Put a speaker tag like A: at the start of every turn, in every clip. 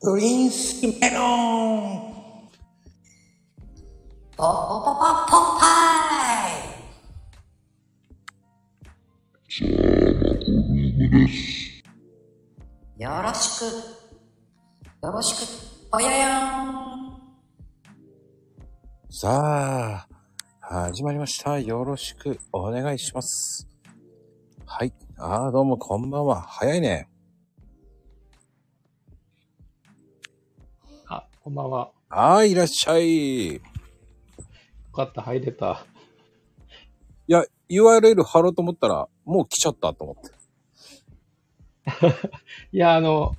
A: プリンスメロン
B: ポッポポポッポッパイよろしく。よろしく。ぽよよん。
A: さあ、始まりました。よろしくお願いします。はい。ああ、どうもこんばんは。早いね。
C: あ、こんばんは。
A: ああ、いらっしゃい。い
C: よかった、入れた。
A: や、URL 貼ろうと思ったら、もう来ちゃったと思って。
C: いや、あの、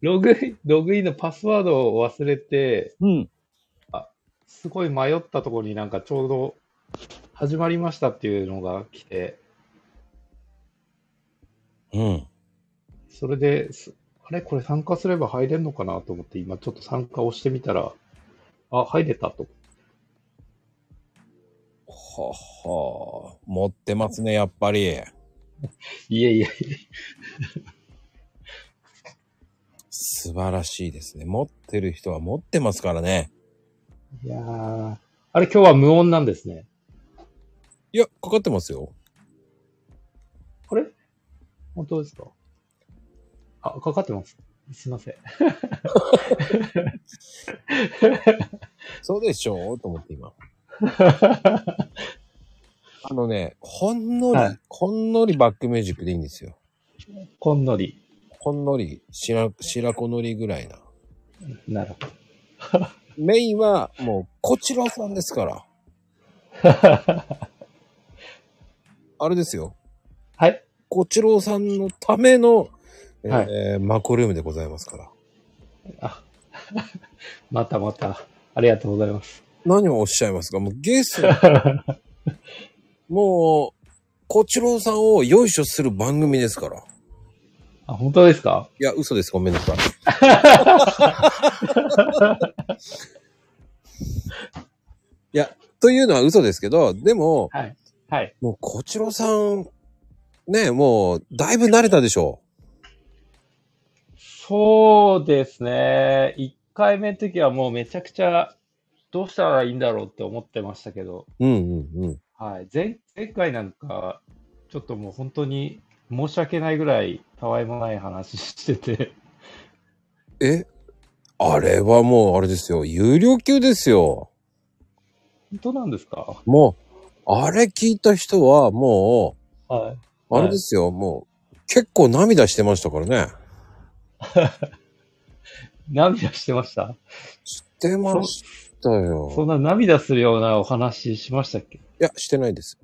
C: ログイン、ログインのパスワードを忘れて、
A: うん。
C: すごい迷ったところになんかちょうど始まりましたっていうのが来て、
A: うん。
C: それです、あれこれ参加すれば入れるのかなと思って、今ちょっと参加をしてみたら、あ、入れたと。
A: はは持ってますね、やっぱり。
C: いえいえ、
A: 素晴らしいですね。持ってる人は持ってますからね。
C: いやー、あれ今日は無音なんですね。
A: いや、かかってますよ。
C: あれ本当ですかあ、かかってます。すいません。
A: そうでしょうと思って今。あのね、ほんのり、
C: はい
A: ほんのりバックミュージックでいいんですよ。
C: こんのり。
A: ほんのり、白、白子のりぐらいな。
C: なるほど。
A: メインはもう、こちらさんですから。あれですよ。
C: はい。
A: こちらさんのための、えー
C: は
A: マコルームでございますから。
C: あ、またまた。ありがとうございます。
A: 何をおっしゃいますかもうゲスト、もう、こちらさんをよいしょする番組ですから。
C: あ、本当ですか
A: いや、嘘です。ごめんなさい。いや、というのは嘘ですけど、でも、
C: はい。はい。
A: もう、こちらさん、ね、もう、だいぶ慣れたでしょ
C: そうですね。1回目の時はもうめちゃくちゃどうしたらいいんだろうって思ってましたけど、
A: う。うんうんうん。
C: はい。前前回なんか、ちょっともう本当に申し訳ないぐらいたわいもない話してて、
A: えあれはもう、あれですよ。有料級ですよ。
C: 本当なんですか
A: もう、あれ聞いた人は、も
C: は
A: う、あれですよ。もう、結構涙してましたからね。
C: い。涙してました
A: してましたよ。
C: そんな涙するようなお話しましたっけ
A: いや、してないです。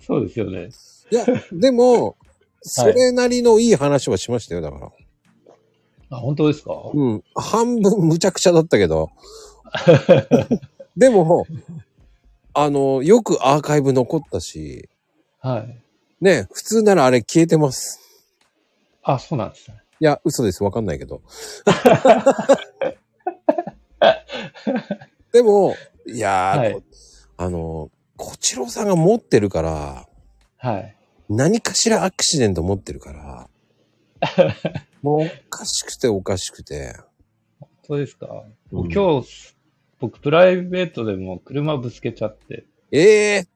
C: そうですよね。
A: いや、 でも、それなりのいい話はしましたよ、だから。
C: あ、本当ですか
A: うん。半分むちゃくちゃだったけ ど。でも、あの、よくアーカイブ残ったし、
C: はい。
A: ね、普通ならあれ消えてます。
C: あ、そうなんですね。
A: いや、嘘です。わかんないけ ど。でも、いやー、
C: はい
A: あの、こちろさんが持ってるから、
C: はい。
A: 何かしらアクシデント持ってる から、もうおかしくておかしくて。
C: そうですか。
A: うん
C: 今日、僕、プライベートでも車ぶつけちゃって。
A: ええ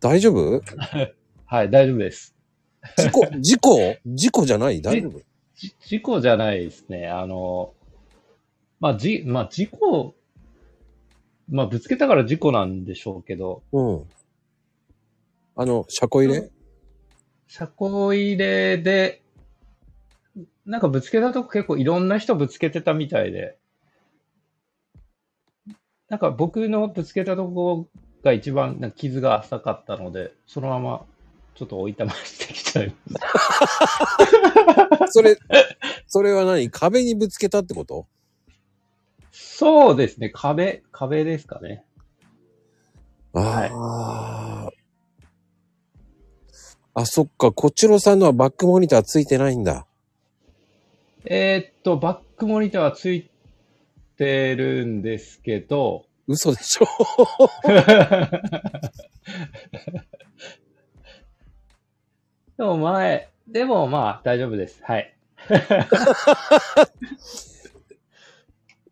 A: 大丈夫
C: はい、大丈夫です。
A: 事 故、事故事故じゃない大丈夫
C: じ事故じゃないですね。あの、まあ、じ、まあ、事故、まあ、ぶつけたから事故なんでしょうけど、
A: うん。あの、車庫入 れ
C: 車庫入れで、なんかぶつけたとこ結構いろんな人ぶつけてたみたいで、なんか僕のぶつけたとこが一番なんか傷が浅かったので、そのままちょっと置いたましてきちゃいまし
A: それ、それは何壁にぶつけたってこと
C: た。そうですね、壁、壁ですかね。
A: ああ。あ、そっか。こちろさんのはバックモニターついてないんだ。
C: えーっと、バックモニターはついてるんですけど、
A: 嘘でし ょ
C: でも前、でもまあ大丈夫です。はい。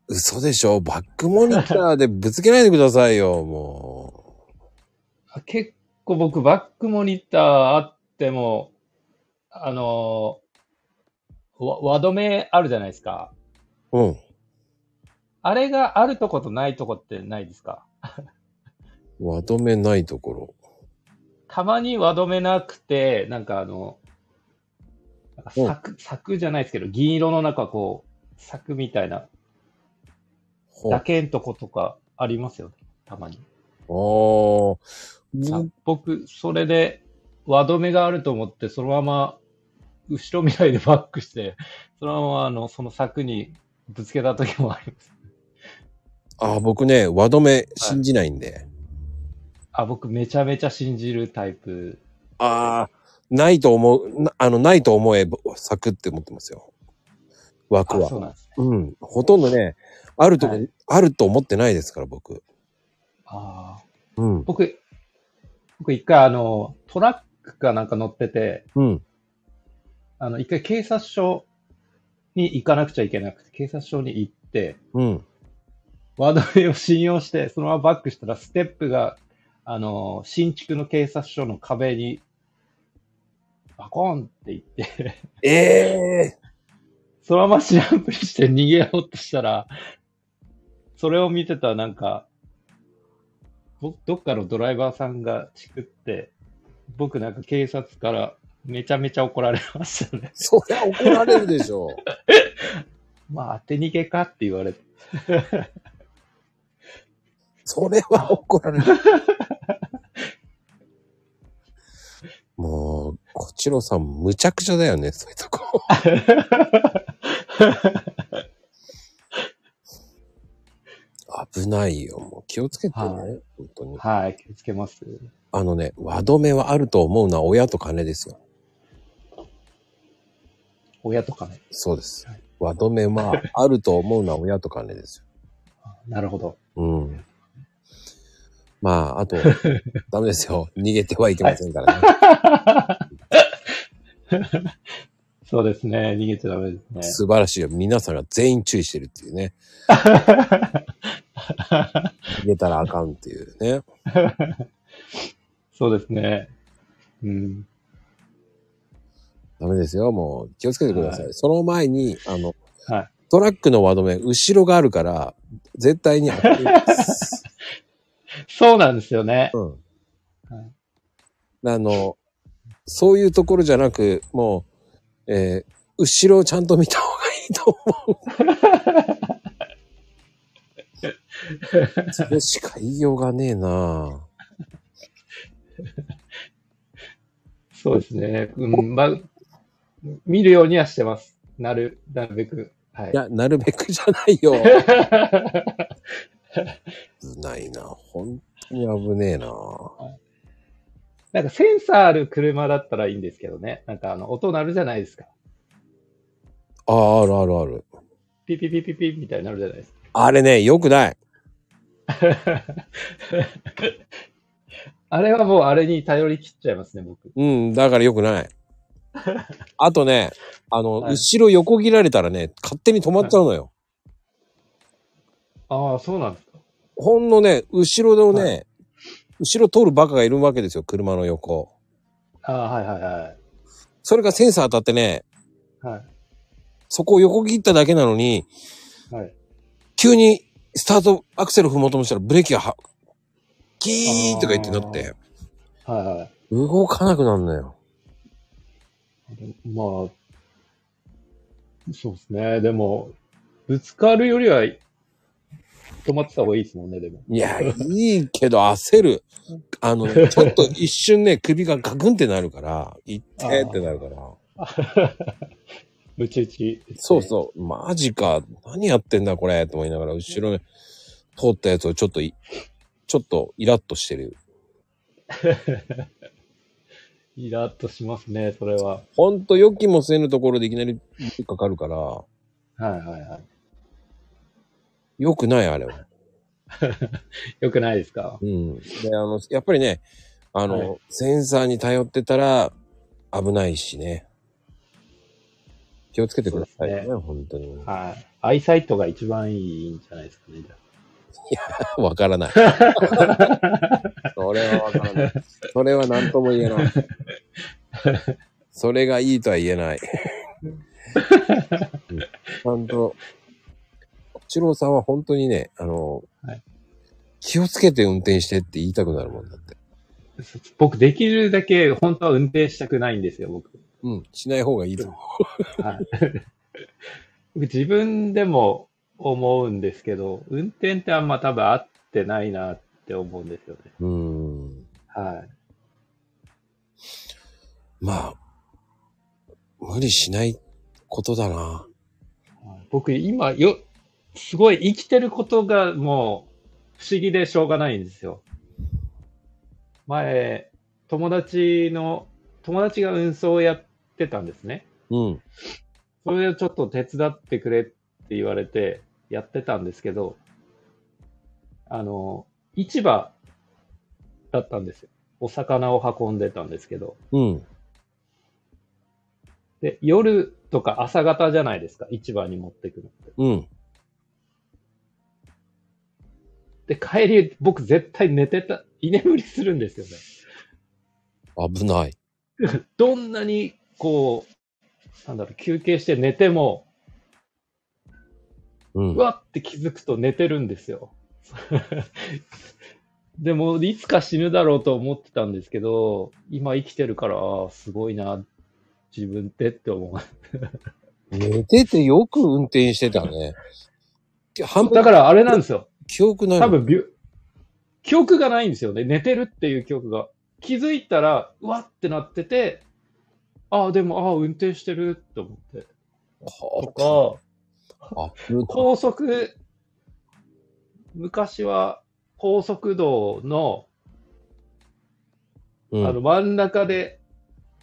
A: 嘘でしょバックモニターでぶつけないでくださいよ、も
C: 結構僕バックモニターあっても、あのーわ輪止めあるじゃないですか。
A: う。うん。
C: あれがあるとことないとこってないですか
A: 輪止めないところ。
C: たまに輪止めなくて、なんかあの、なんか柵、柵じゃないですけど、銀色の中こう、柵みたいな、
A: ほ
C: だ
A: あ
C: けんとことかありますよね。たまに。
A: ー
C: さ
A: ぶ
C: 僕、それで輪止めがあると思って、そのまま、後ろ未来でバックして、そのままあの、その柵にぶつけた時もあります。
A: あー、僕ね、輪止め信じないんで。
C: あ、僕めちゃめちゃ信じるタイプ。
A: ああ、ないと思う、なあの、ないと思えば、サクって思ってますよ。
C: あ、
A: 枠
C: そ
A: は。
C: うなんですね。
A: うん。ほとんどね、あるとこ、
C: はい
A: あると思ってないですから、僕。
C: ああ。
A: うん。
C: 僕、僕一回あの、トラックかなんか乗ってて、
A: うん。
C: あの、一回警察署に行かなくちゃいけなくて、警察署に行って、
A: うん。
C: ワードウェイを信用して、そのままバックしたら、ステップが、あの、新築の警察署の壁に、バコーンって行って、
A: ええ
C: そのまま知らんぷりして逃げようとしたら、それを見てたなんか、どどっかのドライバーさんがチクって、僕なんか警察からめちゃめちゃ怒られましたね。
A: そりゃ怒られるでし ょう。
C: まあ当て逃げかって言われて。
A: それは怒られる。もう、こちろさん、むちゃくちゃだよね、そういうとこ。危ないよ、もう気をつけてね、
C: はい
A: 本当に。
C: はい、気をつけます。
A: あのね、輪止めはあると思うのは親と金ですよ。
C: 親とかね。
A: そうです
C: はい。
A: 輪止めはあると思うのは親と金です
C: なるほど。
A: よ。うん。まあ、あ と、ダメですよ。逃げてはいけませんからね。
C: そうですね。逃げちゃダメですね。
A: 素晴らしいよ。皆さんが全員注意してるっていうね。逃げたらあかんっていうね。
C: そうですね。うん。
A: ダメですよ。もう気をつけてください。その前に、あの、
C: はい
A: トラックの輪止め、後ろがあるから、絶対に 開けます。
C: そうなんですよね。
A: うん。
C: はい
A: あの、そういうところじゃなく、もう、えー後ろをちゃんと見た方がいいと 思う。それしか言いようがねえな
C: そうですね。うん、まあ、見るようにはしてます。なる、なるべく。はい
A: い。や、なるべくじゃないよ。危ないな本当に危ねえな
C: なんかセンサーある車だったらいいんですけどね。なんかあの、音鳴るじゃないですか。
A: ああ、あるあるある。
C: ピピピピピみたいになるじゃないですか。
A: あれね、良くない。
C: あれはもうあれに頼り切っちゃいますね、僕。
A: うん、だから良く ない。あとね、あの、
C: はい
A: 後ろ横切られたらね、勝手に止まっちゃうのよ。
C: ああ、そうなんですか。
A: ほんのね、後ろのね、
C: は
A: 後ろ通るバカがいるわけですよ、車の横。
C: ああ、はいはいは
A: それがセンサー当たってね、
C: い。はい。
A: そこを横切っただけなのに、
C: はい。
A: 急にスタートアクセル踏もうと思ったらブレーキがは、キーとか言ってなって、
C: はいはい。
A: 動かなくなるのよ。
C: まあ、そうですね。でも、ぶつかるよりは、止まってた方がいいですもんね、でも。
A: いや、いいけど焦る。あ の、ね、ちょっと一瞬ね、首がガクンってなるから、いってーってなるから。
C: むち打ち、
A: そうそう、マジか、何やってんだこれ、と思いながら、後ろね、通ったやつをちょっとい、ちょっとイラッとしてる。
C: う。イラッとしますね、それは。
A: ほんと予期もせぬところでいきなりかかるから、
C: はいはいはい。
A: 良くない、あれは。
C: よくないですか
A: うん。で、あの、やっぱりね、あの、
C: は
A: センサーに頼ってたら、危ないしね。気をつけてください
C: そう
A: ね、
C: です
A: 本当に。
C: はい。アイサイトが一番いいんじゃないですかね。じゃ
A: わから ない。それはわからない。それは何とも言えない。それがいいとは言え ない。うんちゃんと、一郎さんは本当にね、あの、
C: はい
A: 気をつけて運転してって言いたくなるもんだって。
C: あそ僕、できるだけ本当は運転したくないんですよ、僕。
A: うん、しない方がいいと思う。
C: はい、 僕自分でも思うんですけど、運転ってあんま多分合ってないなって思うんですよね。
A: うん。
C: はい。
A: まあ、無理しないことだな。
C: 僕、今よ、すごい生きてることがもう不思議でしょうがないんですよ。前、友達の、友達が運送をやってたんですね。
A: うん。
C: それをちょっと手伝ってくれって言われてやってたんですけど、あの、市場だったんですよ。お魚を運んでたんですけど。
A: うん。
C: で、夜とか朝方じゃないですか、市場に持ってくのって。
A: うん。
C: で、帰り、僕絶対寝てた、居眠りするんですよね。
A: 危ない。
C: どんなに、こう、なんだろう、休憩して寝ても、
A: うん
C: う。わって気づくと寝てるんですよ。 でも、いつか死ぬだろうと思ってたんですけど、今生きてるから、あーすごいな、自分ってって思う。
A: 寝ててよく運転してたね。半
C: だ
A: 分
C: から、あれなんですよ。
A: 記憶ない。
C: 多分、びゅ記憶がないんですよね。寝てるっていう記憶が。気づいたら、うわってなってて、ああ、でも、ああ、運転してるって思って。と
A: は
C: か、
A: あある
C: 高速、昔は高速道の、
A: うん
C: あの真ん中で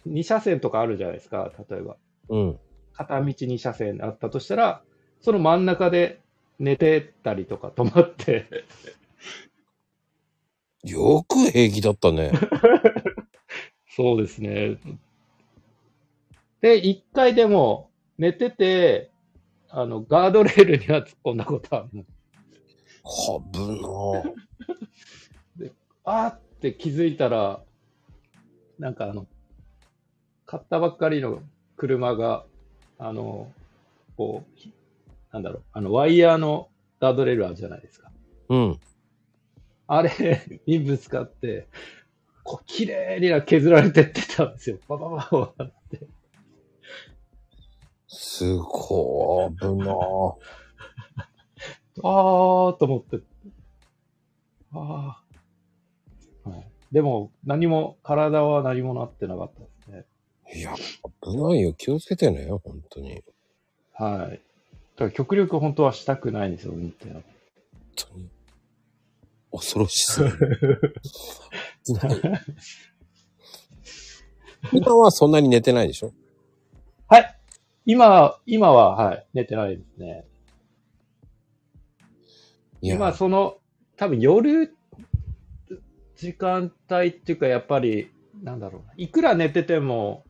C: 2車線とかあるじゃないですか、例えば。
A: うん。
C: 片道2車線あったとしたら、その真ん中で寝てたりとか止まって、
A: よく平気だったね。
C: そうですね。で、一回でも寝てて、あの、ガードレールには突っ込んだことある。
A: はぶ
C: あーって気づいたら、なんかあの、買ったばっかりの車が、あの、こう、ひなんだろう、あの、ワイヤーのガードレールあるじゃないですか。
A: な。うん。
C: あれ にぶつかって、こう、綺麗に削られてってたんですよ。バババババ。
A: すごい、危な。
C: あーと思って。あー。はい、でも、何も、体は何もなってなかったですね。
A: いや、危ないよ。気をつけてね、本当に。
C: はい。だから極力本当はしたくないんですよ、運転は。
A: 本当に。恐ろしすぎる。 危ない。普段はそんなに寝てないでしょ
C: はい。今、今は、はい、寝てないですね。
A: いや、
C: 今、その、多分夜、時間帯っていうか、やっぱり、なんだろうな。いくら寝てても、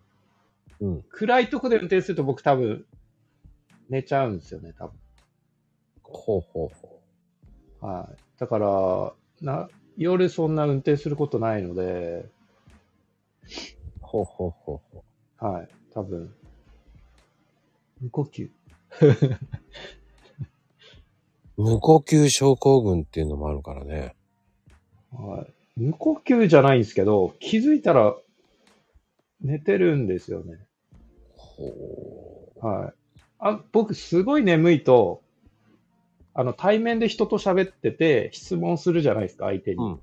A: うん
C: 暗いとこで運転すると僕多分、寝ちゃうんですよね、多分。
A: ほうほうほ
C: はい。だから、な、夜そんな運転することないので、
A: う。ほうほうほうほう。
C: はい。多分、無呼吸。
A: 無呼吸症候群っていうのもあるからね。
C: はい。無呼吸じゃないんですけど、気づいたら、寝てるんですよね。
A: ほ
C: はい。あ、僕、すごい眠いと、あの、対面で人と喋ってて、質問するじゃないですか、相手に。
A: うん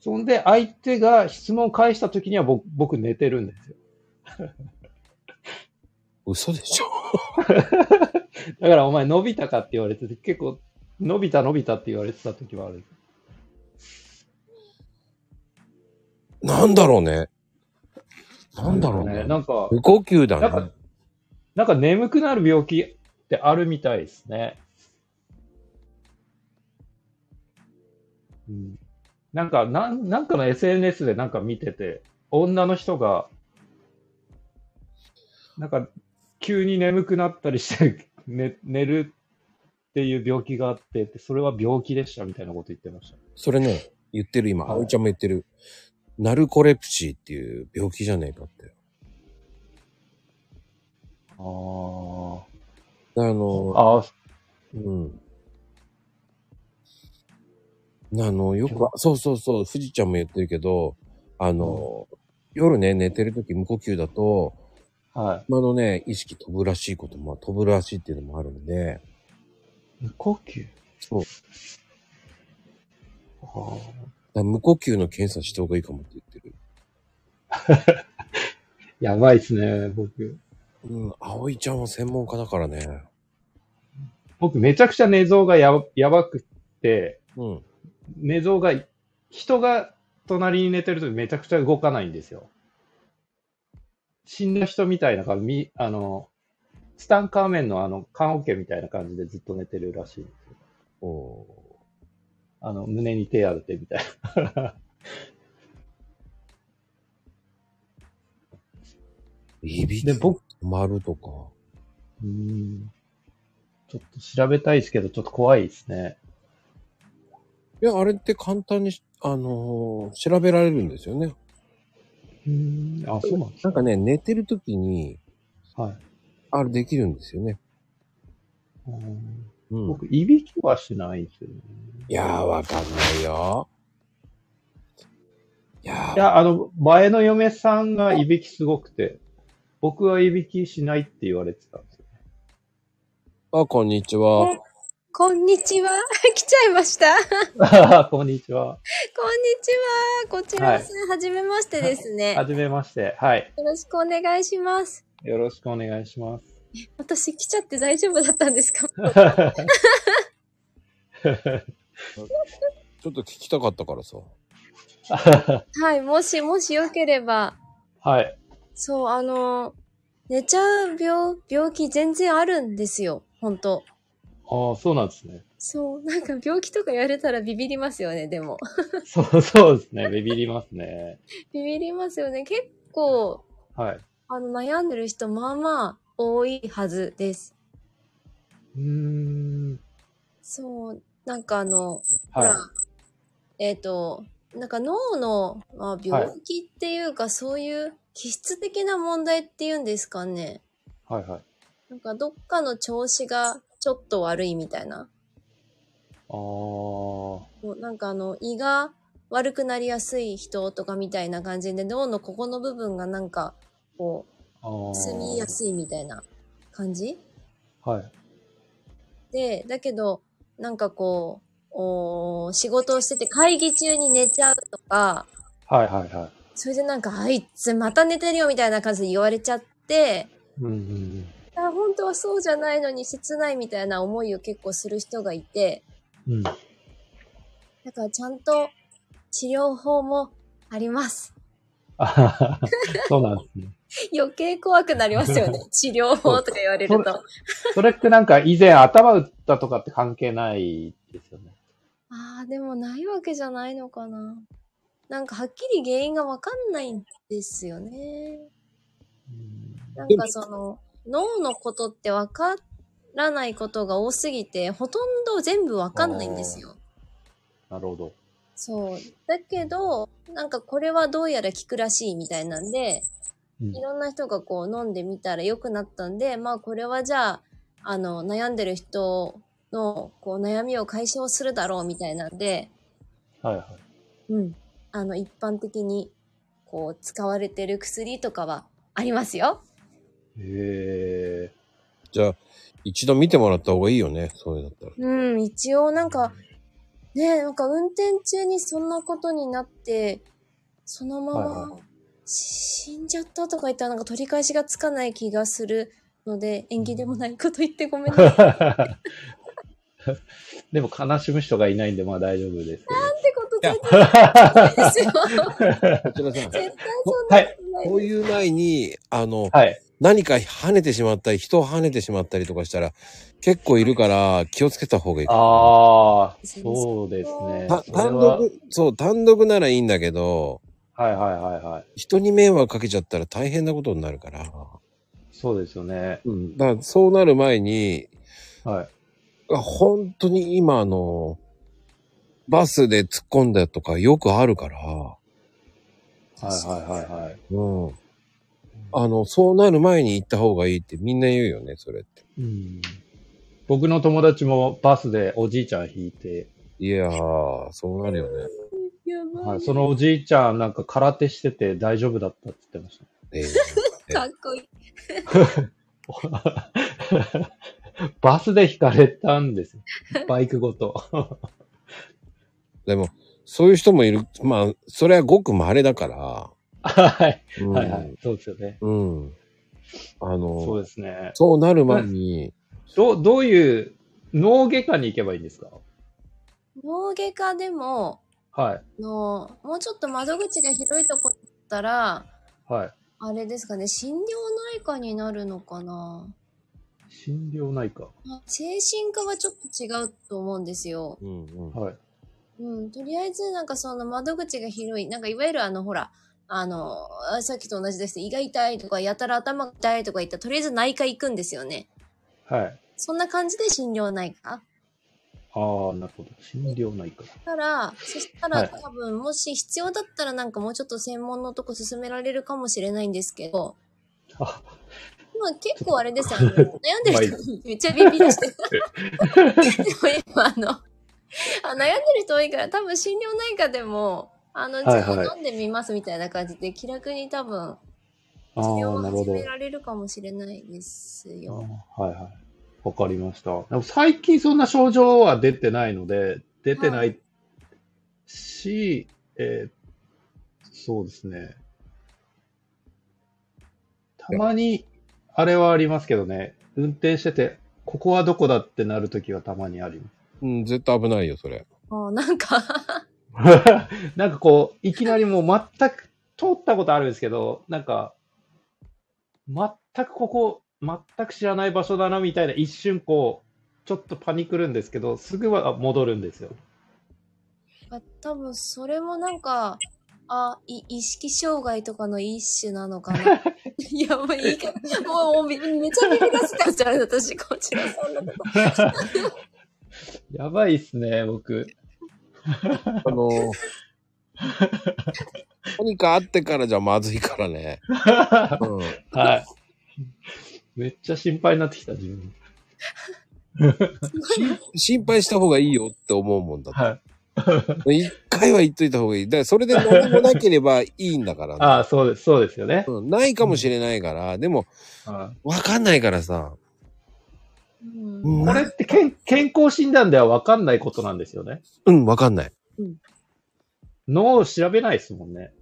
C: そんで、相手が質問返した時には僕、僕寝てるんですよ。
A: う。嘘でしょ
C: だから、お前、伸びたかって言われてて、結構、伸びた伸びたって言われてた時はある。
A: なんだろうね。なんだろうね。
C: なんか、
A: 無呼吸
C: なん
A: だね
C: か。、なんか眠くなる病気ってあるみたいですね。うん、なんかなん、なんかの SNS でなんか見てて、女の人がなんか、急に眠くなったりして、 ね、寝るっていう病気があって、でそれは病気でしたみたいなこと言ってました。
A: それね、言ってる今、
C: はい
A: 葵ちゃんも言ってる。ナルコレプシーっていう病気じゃねえかって。
C: あ
A: あ
C: ー
A: の、
C: あー、
A: うん。あの、よく、そうそうそう、富士ちゃんも言ってるけど、あの、夜ね、寝てる時無呼吸だと、
C: はい。
A: 今のね、意識飛ぶらしいことも、飛ぶらしいっていうのもあるんで、
C: 無呼吸
A: そう。だか
C: あー
A: ら無呼吸の検査した方がいいかもって言ってる。
C: やばいっすね、僕。
A: うん、葵ちゃんは専門家だからね。
C: 僕、めちゃくちゃ寝相がやばやばくって、
A: うん。
C: 寝相が、人が隣に寝てるとめちゃくちゃ動かないんですよ。死んだ人みたいな感じ、みあの、スタンカーメンのあの、棺桶みたいな感じでずっと寝てるらしいんですよ。
A: お
C: あの、胸に手当ててみたいな。
A: ーいびき
C: で
A: 止
C: 僕
A: まるとか。
C: うーん。ちょっと調べたいですけど、ちょっと怖いですね。
A: いや、あれって簡単にし、あのー調べられるんですよね。
C: うーん。あ、そうなんです
A: なんかね、寝てる時に、
C: か。はい。
A: あれできるんですよね。
C: うーん
A: うん。い
C: 僕、いびきはしないんですよね。
A: やー、わかんないよ。いや
C: いや、あの、前の嫁さんがいびきすごくて、僕はいびきしないって言われてたんですよ。
A: ー、あ、こんにちは。
D: こんにちは。 来ちゃいました。こん に
C: あーこんにちは。
D: ちは。こちらさん、はじめましてですね。
C: はじめまして。はい。
D: よろしくお願いします。
C: よろしくお願いします。
D: 私来ちゃって大丈夫だったんですか
A: ちょっと聞きたかったからさ。
D: はい。もし、もしよければ。
C: はい。
D: そう、あの、寝ちゃう病、病気全然あるんですよ。本当
C: ああ、そうなんですね。
D: そう、なんか病気とか言われたらビビりますよね、でも。
C: そう、そうですね。ビビりますね。
D: ビビりますよね。結構、
C: はい。
D: あの、悩んでる人、まあまあ、多いはずです。
C: うーん。
D: そう、なんかあの、ほ
C: はい
D: ら、えっ、と、なんか脳の、まあ、病気っていうか、そういう気質的な問題っていうんですかね。
C: はいはい。
D: なんかどっかの調子がちょっと悪いみたいな。
C: ああ。
D: もうなんかあの、胃が悪くなりやすい人とかみたいな感じで、脳のここの部分がなんか、こ
C: あ
D: う、
C: ー
D: 住みやすいみたいな感じ
C: はい。
D: で、だけど、なんかこう、おー仕事をしてて会議中に寝ちゃうとか、
C: はいはいはい。
D: それでなんか、あいつまた寝てるよみたいな感じで言われちゃって、
C: うんうんうん。
D: あ本当はそうじゃないのに切ないみたいな思いを結構する人がいて、
C: うん、
D: だからちゃんと治療法もあります。
C: あははそうなんですね。
D: 余計怖くなります よね。治療法とか言われる
C: そう
D: と。
C: それってなんか以前頭打ったとかって関係ないですよね。
D: ああ、でもないわけじゃないのかな。なんかはっきり原因がわかんないんですよね。
C: うん
D: なんかその、脳のことってわからないことが多すぎて、ほとんど全部わかんないんですよ。
C: なるほど。
D: そう。だけど、なんかこれはどうやら効くらしいみたいなんで、
C: うん
D: いろんな人がこう飲んでみたら良くなったんで、まあこれはじゃあ、あの、悩んでる人のこう悩みを解消するだろうみたいなんで、
C: はいはい。
D: うん。あの、一般的にこう使われてる薬とかはありますよ。
C: へえ。
A: じゃあ、一度見てもらった方がいいよね。それだったら。
D: うん、一応なんか、ねえ、なんか運転中にそんなことになって、そのま
C: はい
D: ま死んじゃったとか言ったらなんか取り返しがつかない気がするので、縁起でもないこと言ってごめん なさい。っ
C: でも悲しむ人がいないんで、まあ大丈夫です
D: てこと絶
C: けど。
D: 対ですよ。
A: こちらさん、
D: 絶対そん
C: は。
D: ないことない。
A: こういう前に、あの、
C: はい。
A: 何か跳ねてしまったり、人を跳ねてしまったりとかしたら、結構いるから、気をつけた方がいい。
C: ああ、そうですね。
A: た
C: それ
A: 単
C: は、はい
A: 独、そう、単独ならいいんだけど、
C: はいはいはい。
A: 人に迷惑かけちゃったら大変なことになるから。
C: そうですよね。
A: うん。だからそうなる前に、
C: はい。
A: あ本当に今あの、バスで突っ込んだとかよくあるから、
C: はいはいはいはい。
A: うん。あの、そうなる前に行った方がいいってみんな言うよね、それって。
C: うん、僕の友達もバスでおじいちゃん引いて、
A: いやー、そうなるよね。
D: やば。
C: はいい、そのおじいちゃんなんか空手してて大丈夫だったって言ってました。
A: えー
D: かっこいい。
C: バスで引かれたんですよ。バイクごと。
A: でも、そういう人もいる。まあ、それはごく稀だから。
C: はい。
A: うん
C: はいはい。そうですよね。
A: うん。あの、
C: そ
A: そう
C: うですね。
A: なる前に、
C: どう、どういう、脳外科に行けばいいんですか
D: 脳外科でも、
C: はい。
D: あのもうちょっと窓口が広いとこだったら、
C: はい。
D: あれですかね、心療内科になるのかな
C: 心療内科。
D: 精神科はちょっと違うと思うんですよ。
A: うんうん
C: はい。
D: うん、とりあえずなんかその窓口が広い、なんかいわゆるあのほら、あの、あさっきと同じですけど胃が痛いとか、やたら頭が痛いとか言ったら、とりあえず内科行くんですよね。
C: はい。
D: そんな感じで心療内科。
C: ああ、なるほど。心療内科。
D: だから、そした
C: は
D: ら
C: い
D: 多分、もし必要だったらなんかもうちょっと専門のとこ進められるかもしれないんですけど、
C: あ
D: まあ結構あれですよ、あの悩んでる人めっちゃビビりしてる。でも今あの、あ悩んでる人多いから多分心療内科でも、あの、
C: はいはい
D: ちょっと飲んでみますみたいな感じで気楽に多分
C: あ
D: 治療
C: ー、
D: を
C: なるほ
D: 始
C: ど
D: め。られるかもしれないです
C: あ
D: よ。
C: ーはいはい。わかりました。でも最近そんな症状は出てないので、出てないし、えーそうですね。たまに、あれはありますけどね、運転してて、ここはどこだってなるときはたまにあります。
A: うん。絶対危ないよ、そ れ。
D: あなんか、
C: なんかこう、いきなりもう全く通ったことあるんですけど、なんか、全くここ、全く知らない場所だなみたいな一瞬こう、ちょっとパニクるんですけど、すぐは戻るんですよ。
D: 多分それもなんか、あ、い意識障害とかの一種なのかな。いや、もういいか。もうもうめめちゃビビらせたんじゃない私、こちらさんのこと。
C: やばいっすね、僕。
A: あの、何かあってからじゃまずいから ね。
C: は
A: うん。
C: い。めっちゃ心配になってきた、自分。
A: 心配した方がいいよって思うもんだって。
C: はい。
A: 一回は言っといた方がいい。だからそれで何もなければいいんだから、
C: ああ、そうです、そうですよね。
A: うん。ないかもしれないから、でも、
C: あ
A: わかんないからさ。
D: うん
A: う
C: あ
A: ん
C: これって健健康診断では分かんないことなんですよね。
A: うん、わかんない。
C: 脳を調べないですもんね。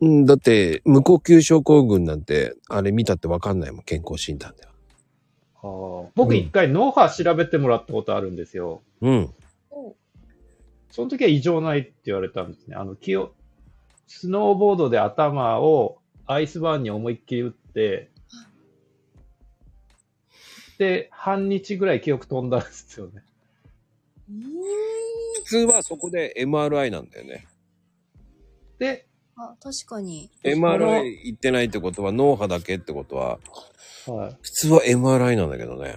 A: うん、だって、無呼吸症候群なんて、あれ見たってわかんないもん、健康診断では。う
C: 僕
A: ん
C: 一回脳波調べてもらったことあるんですよ。
A: うん。
C: その時は異常ないって言われたんですね。あの、気を、スノーボードで頭をアイスバーンに思いっきり打って、で、半日ぐらい記憶飛んだんですよね。
A: 普通はそこで MRI なんだよね。
C: で、
D: あ、確かに。
A: MRI 行ってないってことは、脳波だけってことは、
C: はい。
A: 普通は MRI なんだけどね。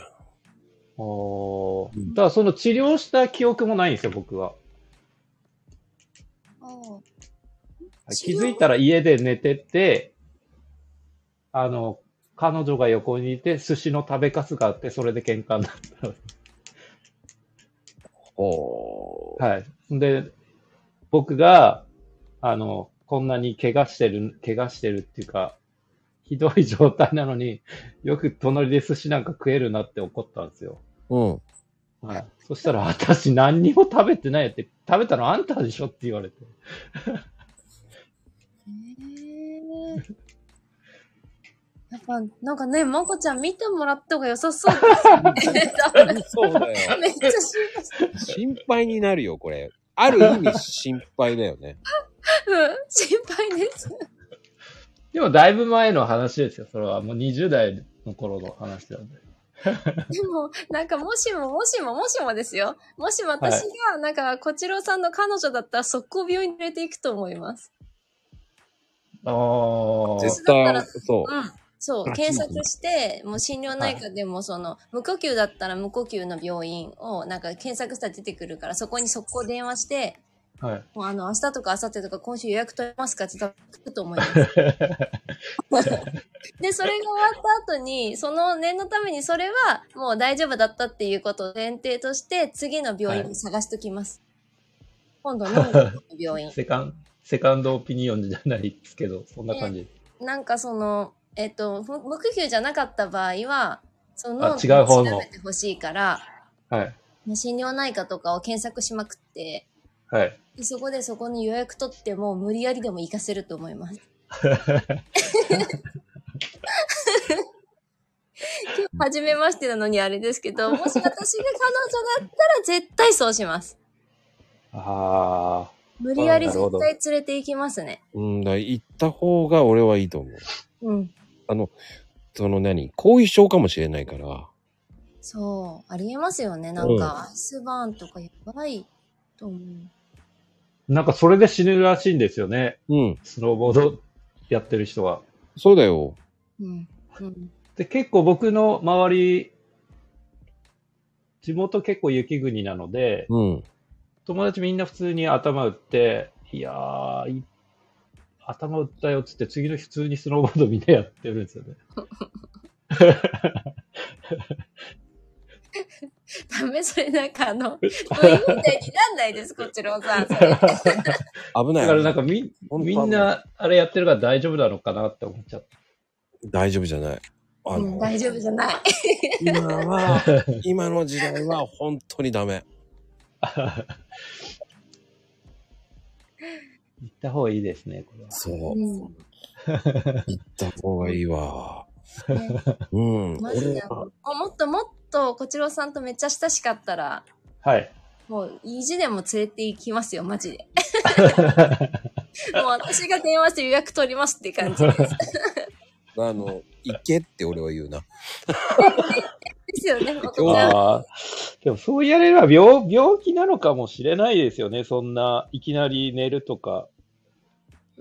C: お
A: うん
C: だからその治療した記憶もないんですよ、僕は。
D: あー
C: 気づいたら家で寝てて、あの、彼女が横にいて、寿司の食べかすがあって、それで喧嘩になった。
A: おー。
C: はい。で、僕が、あの、こんなに怪我してる、怪我してるっていうか、ひどい状態なのによく隣で寿司なんか食えるなって怒ったんですよ。
A: うん。
C: はい。そしたら、私何にも食べてないって、食べたのあんたでしょって言われて。
D: へーやっぱ、なんかね、まこちゃん見てもらった方が良さそうですね。
A: そうだよ。
D: めっちゃ心配して
A: 心配になるよ、これ。ある意味心配だよね。
D: うん心配です。
C: でもだいぶ前の話ですよ。それはもう20代の頃の話なんで。
D: でも、なんか、もしも、もしも、もしもですよ。もしも私が、なんか、こちろさんの彼女だったら、速攻病院に連れていくと思います。
C: ああ。
A: 絶対、そう。
D: うん。そう
A: あ、
D: 検索して、もう心療内科でもその、無呼吸だったら無呼吸の病院をなんか検索したら出てくるから、そこに速攻電話して、
C: はい。
D: もうあの、明日とか明後日とか今週予約取れますかって多分来ると思 います。で、それが終わった後に、その念のためにそれはもう大丈夫だったっていうことを前提として、次の病院を探しときます。今度の病院。
C: セカン、セカンドオピニオンじゃないですけど、そんな感じ。
D: なんかその、えっと、無無呼吸じゃなかった場合は、その
C: あ違う方の
D: 調べてほしいから、
C: はい。
D: 心療内科とかを検索しまくって、
C: はい。
D: でそこでそこに予約取ってもう無理やりでも行かせると思い ます。今日初めましてなのにあれですけど、もし私が彼女だったら絶対そうします。
C: ああ。
D: 無理やり
C: あなるほ
D: 絶
C: ど
D: 対連れて行きますね。
A: うんだ、行った方が俺はいいと思う。
D: うん。
A: あの、その何後遺症かもしれないから。
D: そう。ありえますよね。なんか、アイスバーンとかやばいと思う。
C: なんかそれで死ぬらしいんですよね。
A: うん。
C: スノーボードやってる人は。
A: そうだよ。
D: うん。 うん。
C: で、結構僕の周り、地元結構雪国なので、
A: うん。
C: 友達みんな普通に頭打って、いやー、い頭打ったよっつって、次の日普通にスノーボードみんなやってるんですよね。
D: ダメそれなんかあの、V みたいになんないです、こちらさん。それ
A: 危ない。
C: だからなんかみ
A: 本当
C: みんなあれやってるから大丈夫なのかなって思っちゃっ
A: 大丈夫じゃない。あ
D: うん
A: の、
D: 大丈夫じゃない。
A: 今 は、今の時代は本当にダメ。
C: た。行った方がいいですね、これは。
A: そう。
D: うん
A: 行った方がいいわ。
D: ね
A: うん。
D: マジで
A: 俺は
D: あもっともっとこちらさんとめっちゃ親しかったら
C: はい。
D: もう意地でも連れて行きますよマ ジでもう私が電話して予約取りますって感じで
A: あの、行けって俺は言うな。
D: す よね僕
A: 今日
D: が
C: ああ。でもそうやれば病病気なのかもしれないですよね。そんないきなり寝るとか。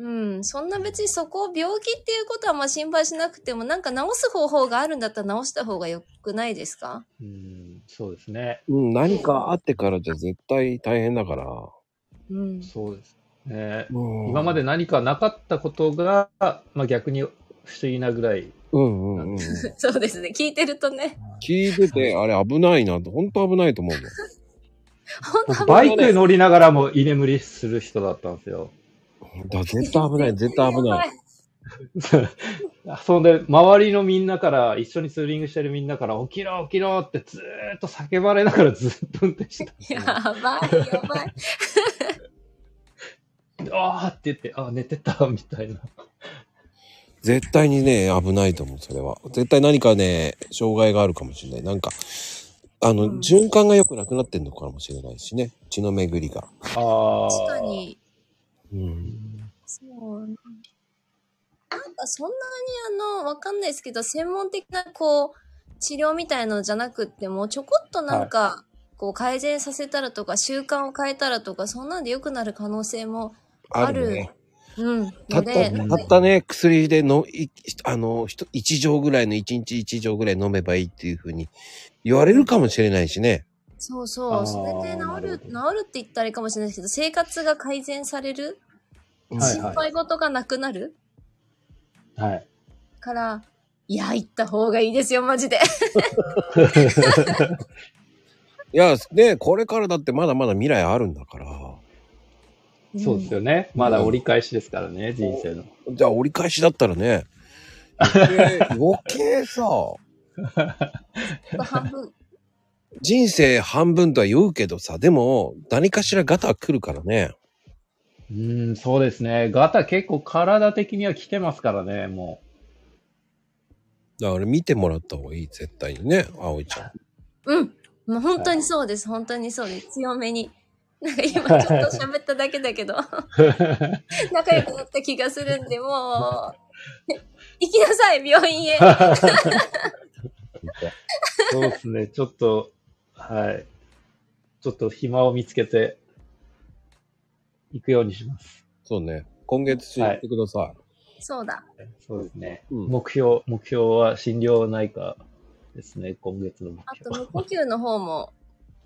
D: うんそんな別にそこを病気っていうことはまあ心配しなくてもなんか治す方法があるんだったら治した方がよくないですか
C: うん、そうですね。
A: うん、何かあってからじゃ絶対大変だから。
D: うん
C: そうですね。
A: うん
C: 今まで何かなかったことが、まあ、逆に不思議なぐらい。
A: うんうんうん。
D: そうですね聞いてるとね
A: 聞いて て、あれ危ないなと、本当危ないと思うの。
D: 本当
C: 僕バイク乗りながらも居眠りする人だったんです よ。
A: だ絶対危ない、絶対危ない。
C: そんで、周りのみんなから、一緒にツーリングしてるみんなから、起きろ起きろってずーっと叫ばれながらずっと運転して
D: やばいやばい
C: た、 あーって言って、あー寝てた、みたいな。
A: 絶対にね、危ないと思う、それは。絶対何かね、障害があるかもしれない。なんか、あの、
D: うん
A: 循環が良くなくなってんのかもしれないしね。血の巡りが。
C: ああ。
D: 確か。に
A: うん。
D: そう。なんかそんなにあの、わかんないですけど、専門的なこう、治療みたいのじゃなくっても、ちょこっとなんか、こう改善させたらとか、習慣を変えたらとか、そんなんで良くなる可能性も、
A: あるね。
D: うん、
A: た
D: の
A: った
D: で、なん
A: た
D: か
A: ったね、薬での、いあの、ひと一錠ぐらいの、一日一錠ぐらい飲めばいいっていうふうに言われるかもしれないしね。
D: そう
C: あ
D: そ
C: ー
D: う、それで治る、
C: なる
D: 治
C: ほ
D: るって言ったらいいかもしれないですけど、生活が改善される、
A: うん
C: はい
D: 心配事がなくなる
C: はい。
D: から、いや、行った方がいいですよ、マジで。
A: いや、ね、これからだってまだまだ未来あるんだから。
C: そうですよね。まだ折り返しですからね、人生の。
A: じゃあ折り返しだったらね、余計余計さ、
D: ちょっと半分。
A: 人生半分とは言うけどさ、でも何かしらガタ来るからね。
C: うーん、そうですね。ガタ結構体的には来てますからね、も
A: だから見てもらった方がいい、絶対にね、葵ちゃん。
D: うん。もう本当にそうです。本当にそうです。強 めに。なんか今ちょっと喋っただけだけど、
C: う。
D: 仲良くなった気がする んで、もう、行きなさい、病院へ。
C: そうですね。ちょっと、はい。ちょっと暇を見つけて、行くようにします。
A: そうね、今月知ってください。
D: そうだ。
C: そうですね。
A: うん
C: 目標、目標は診療内科ですね、今月の目
D: あと、
C: 標。
D: 無呼吸の方も、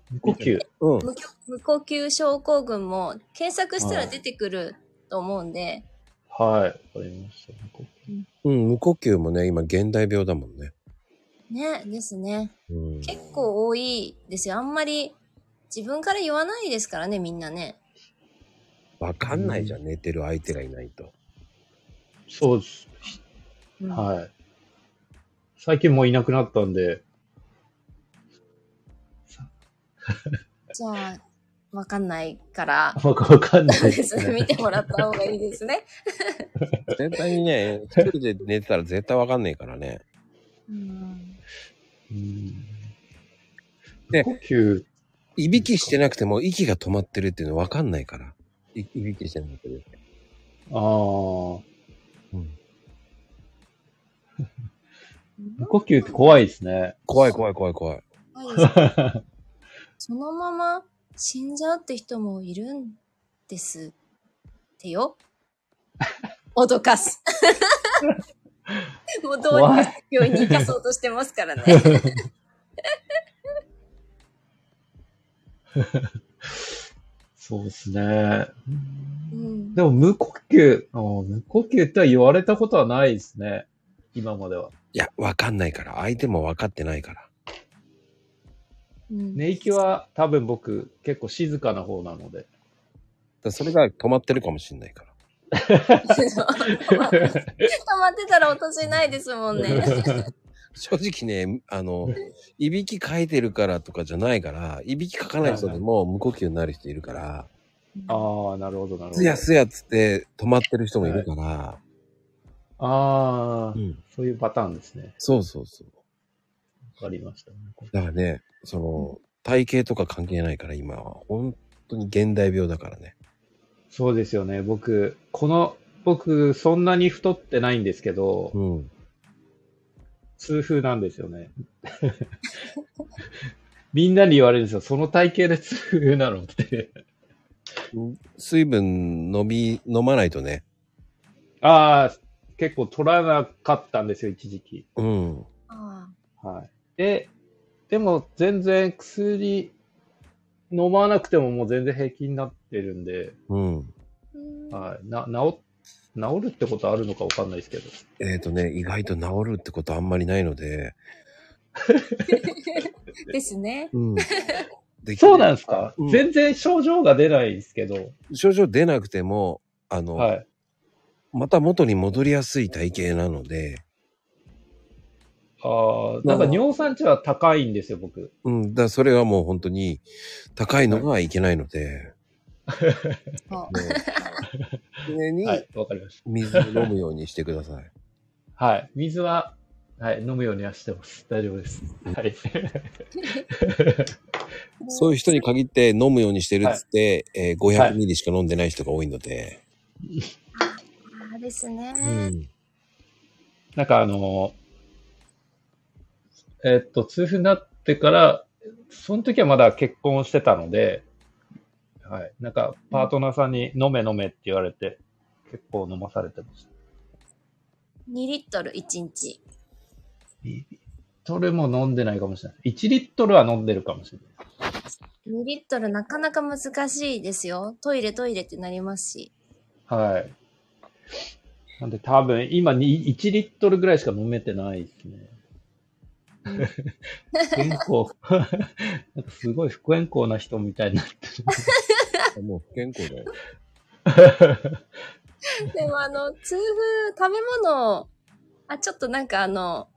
C: 無呼吸。
A: うん。
D: 無呼無呼吸症候群も検索したら出てくると思うんで、
C: はい、わかりました。無呼吸
A: うん、無呼吸もね、今、現代病だもんね。
D: ね、ですね。
A: うん。
D: 結構多いですよ。あんまり自分から言わないですからね、みんなね。
A: わかんないじゃん、寝てる相手がいないと。
C: そうです。
D: うん
C: はい。最近もういなくなったんで、
D: じゃあ、わかんないから、
C: わかわかんない
D: そう
C: で
D: ですすね。
C: ね。
D: 見てもらった方がいいですね。
A: 絶対にね、一人で寝てたら絶対わかんないからね。
D: うん
C: うん
A: で
C: 無呼吸、
A: いびきしてなくても息が止まってるっていうのわかんないから。いいびきしてなくても。う
C: ああ、
A: ん。
C: 無呼吸って怖いですね。
A: 怖い怖い怖い怖い。
D: 怖いですそのまま死んじゃうって人もいるんですってよ。 脅かす。もうどうに
C: 怖
D: か
C: い。
D: 病院に行かそうとしてますからね。
C: そうですね。
D: うん
C: でも無呼吸、あー無呼吸っては言われたことはないですね。今までは。
A: いや、わかんないから。相手もわかってないから。
D: うん
C: 寝息は多分僕結構静かな方なの で。
A: だからそれが止まってるかもしんないから。
D: 止まってたら私ないですもんね。
A: 正直ね、あ の、いびきかいてるからとかじゃないから、いびきかかない人でも無呼吸になる人いるから、
C: ああ、なるほど、なるほど。
A: すやすやっつって止まってる人もいるから、
C: ああ、
A: うん。
C: そういうパターンですね。
A: そうそうそう。
C: わかりました。
A: だからね、その、体型とか関係ないから、今は。本当に現代病だからね。
C: そうですよね。僕、この、僕、そんなに太ってないんですけど、
A: うん。
C: 痛風なんですよね。 みんなに言われるんですよ。その体型で痛風なのって。
A: 水分飲み、飲まないとね。
C: ああ、結構取らなかったんですよ、一時期。
A: うん。
D: あ
C: はい。で、でも全然薬飲まなくてももう全然平気になってるんで、
A: うん。
D: ーうん
C: はい。な、治、治るってことあるのかわかんないですけど。
A: えっ、とね、意外と治るってことあんまりないので。
D: ですね。
A: うん。で
C: そうなんですか、
A: うん
C: 全然症状が出ないですけど、
A: 症状出なくても、あの、
C: はい。
A: また元に戻りやすい体型なので、
C: ああ、なんか尿酸値は高いんですよ、僕。
A: うん。だからそれはもう本当に高いのがいけないので、
D: そ
A: もう 常に
C: はい、わかりました。
A: 水を飲むようにしてください。
C: はい。水は、はい、飲むようにはしてます。大丈夫です。はい。
D: う
A: そういう人に限って飲むようにしてるっつって、えー
C: は
A: 500
C: い
A: ミリしか飲んでない人が多いので。
D: あーですね。
A: うん。
C: なんかあの、えっと、痛風になってから、その時はまだ結婚してたので、はい。なんか、パートナーさんに飲め飲めって言われて、結構飲まされてました。
D: 2リットル1日。
C: 2リットルも飲んでないかもしれない。1リットルは飲んでるかもしれない。
D: 2リットルなかなか難しいですよ。トイレトイレってなりますし。
C: はい。なんで多分今に1リットルぐらいしか飲めてないですね。結構、 なんかすごい不健康な人みたい になって
A: もう不健康だよ。
C: る。
D: でもあの、痛風、食べ物を、あ、ちょっとなんかあの、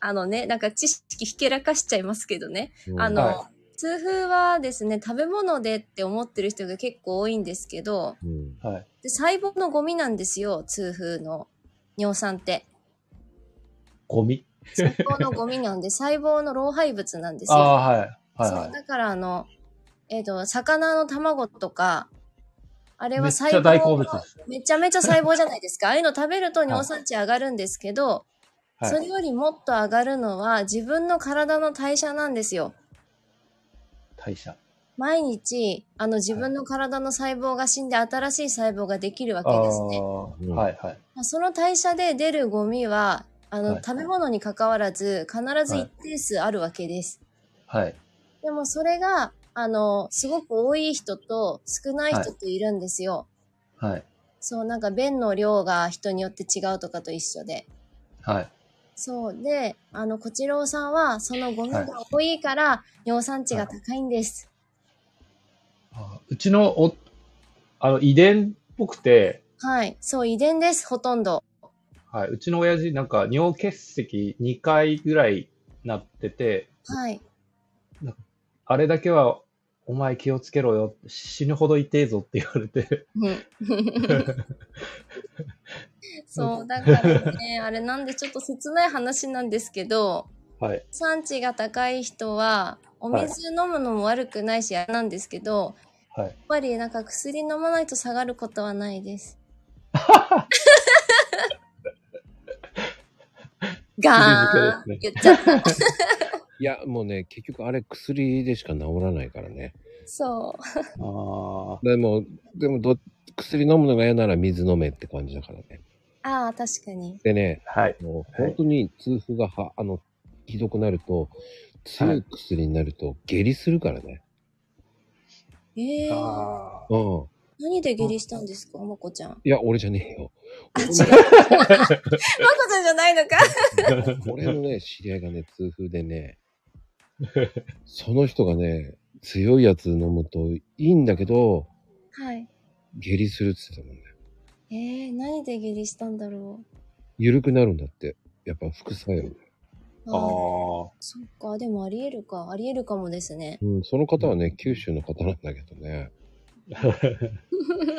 D: あのね、なんか知識ひけらかしちゃいますけどね。
A: うん
D: あの、
C: は
D: 痛風はですね、食べ物でって思ってる人が結構多いんですけど、
A: うん
C: はい。
D: で細胞のゴミなんですよ、痛風の尿酸って。
C: ゴミ。
D: 細胞のゴミなんで、細胞の老廃物なんです
C: あ
D: よ。
C: あ、はい。はい、は
D: そう、
C: い。
D: だからあの、えっ、と、魚の卵とか、あれ
C: め
D: は
C: っち
D: 細
C: ゃ
D: 胞
C: 大好物です。
D: めちゃめちゃ細胞じゃないです か。ああいうの食べると尿酸値上がるんですけど、
C: は
D: そ
C: い。
D: れよりもっと上がるのは自分の体の代謝なんですよ。
C: 代謝。
D: 毎日、あの自分の体の細胞が死んで新しい細胞ができるわけ
C: ああ
D: ですね。
A: うん
C: ー、はいはい。
D: まあその代謝で出るゴミは、あの、
C: はい
D: 食べ物に関わらず、必ず一定数あるわけです。
C: はい。
D: でもそれが、あの、すごく多い人と少ない人といるんですよ。
C: はい。
D: そう、なんか便の量が人によって違うとかと一緒で。
C: はい。
D: そう。で、あの、こちろうさんは、そのゴミが多いから、尿酸値が高いんです。
C: あーうちのお、あの、遺伝っぽくて、
D: はい。そう、遺伝です、ほとんど。
C: はい。うちの親父なんか尿結石2回ぐらいなってて、
D: はい。
C: あれだけは、お前気をつけろよ。死ぬほど痛えぞって言われて。
D: そう、だからね、あれなんでちょっと切ない話なんですけど、
C: はい。
D: 産地が高い人は、お水飲むのも悪くないし、あれなんですけど、
C: はい
D: やっぱりなんか薬飲まないと下がることはな いです。
C: 薬
D: ガーン
C: 漬け
D: 言っちゃった。
A: いや、もうね、結局あれ薬でしか治らないからね。
D: そう。
C: あ
A: でも、でもど、薬飲むのが嫌なら水飲めって感じだからね。
D: ああ、確かに。
A: でね、
C: あ。はい。
A: もう
C: はい
A: 本当に痛風がは、あの、ひどくなると、強い薬になると下痢するからね。
D: ええー。
C: あ
A: うん。
D: 何で下痢したんですか、まこちゃん。
A: いや、俺じゃねえよ。
D: あ、違う。まこちゃんじゃないのか。
C: ー
A: 俺のね、知り合いがね、痛風でね、その人がね、強いやつ飲むといいんだけど、
D: はい。
A: 下痢するって言ってたもんね。
D: ええー、何で下痢したんだろ
A: 緩くなるんだって。やっぱ副作用。
D: う。
C: あ
D: ああ。
C: ー。
D: そっか、でもありえるか、ありえるかもですね。
A: うん、その方はね、九州の方なんだけどね。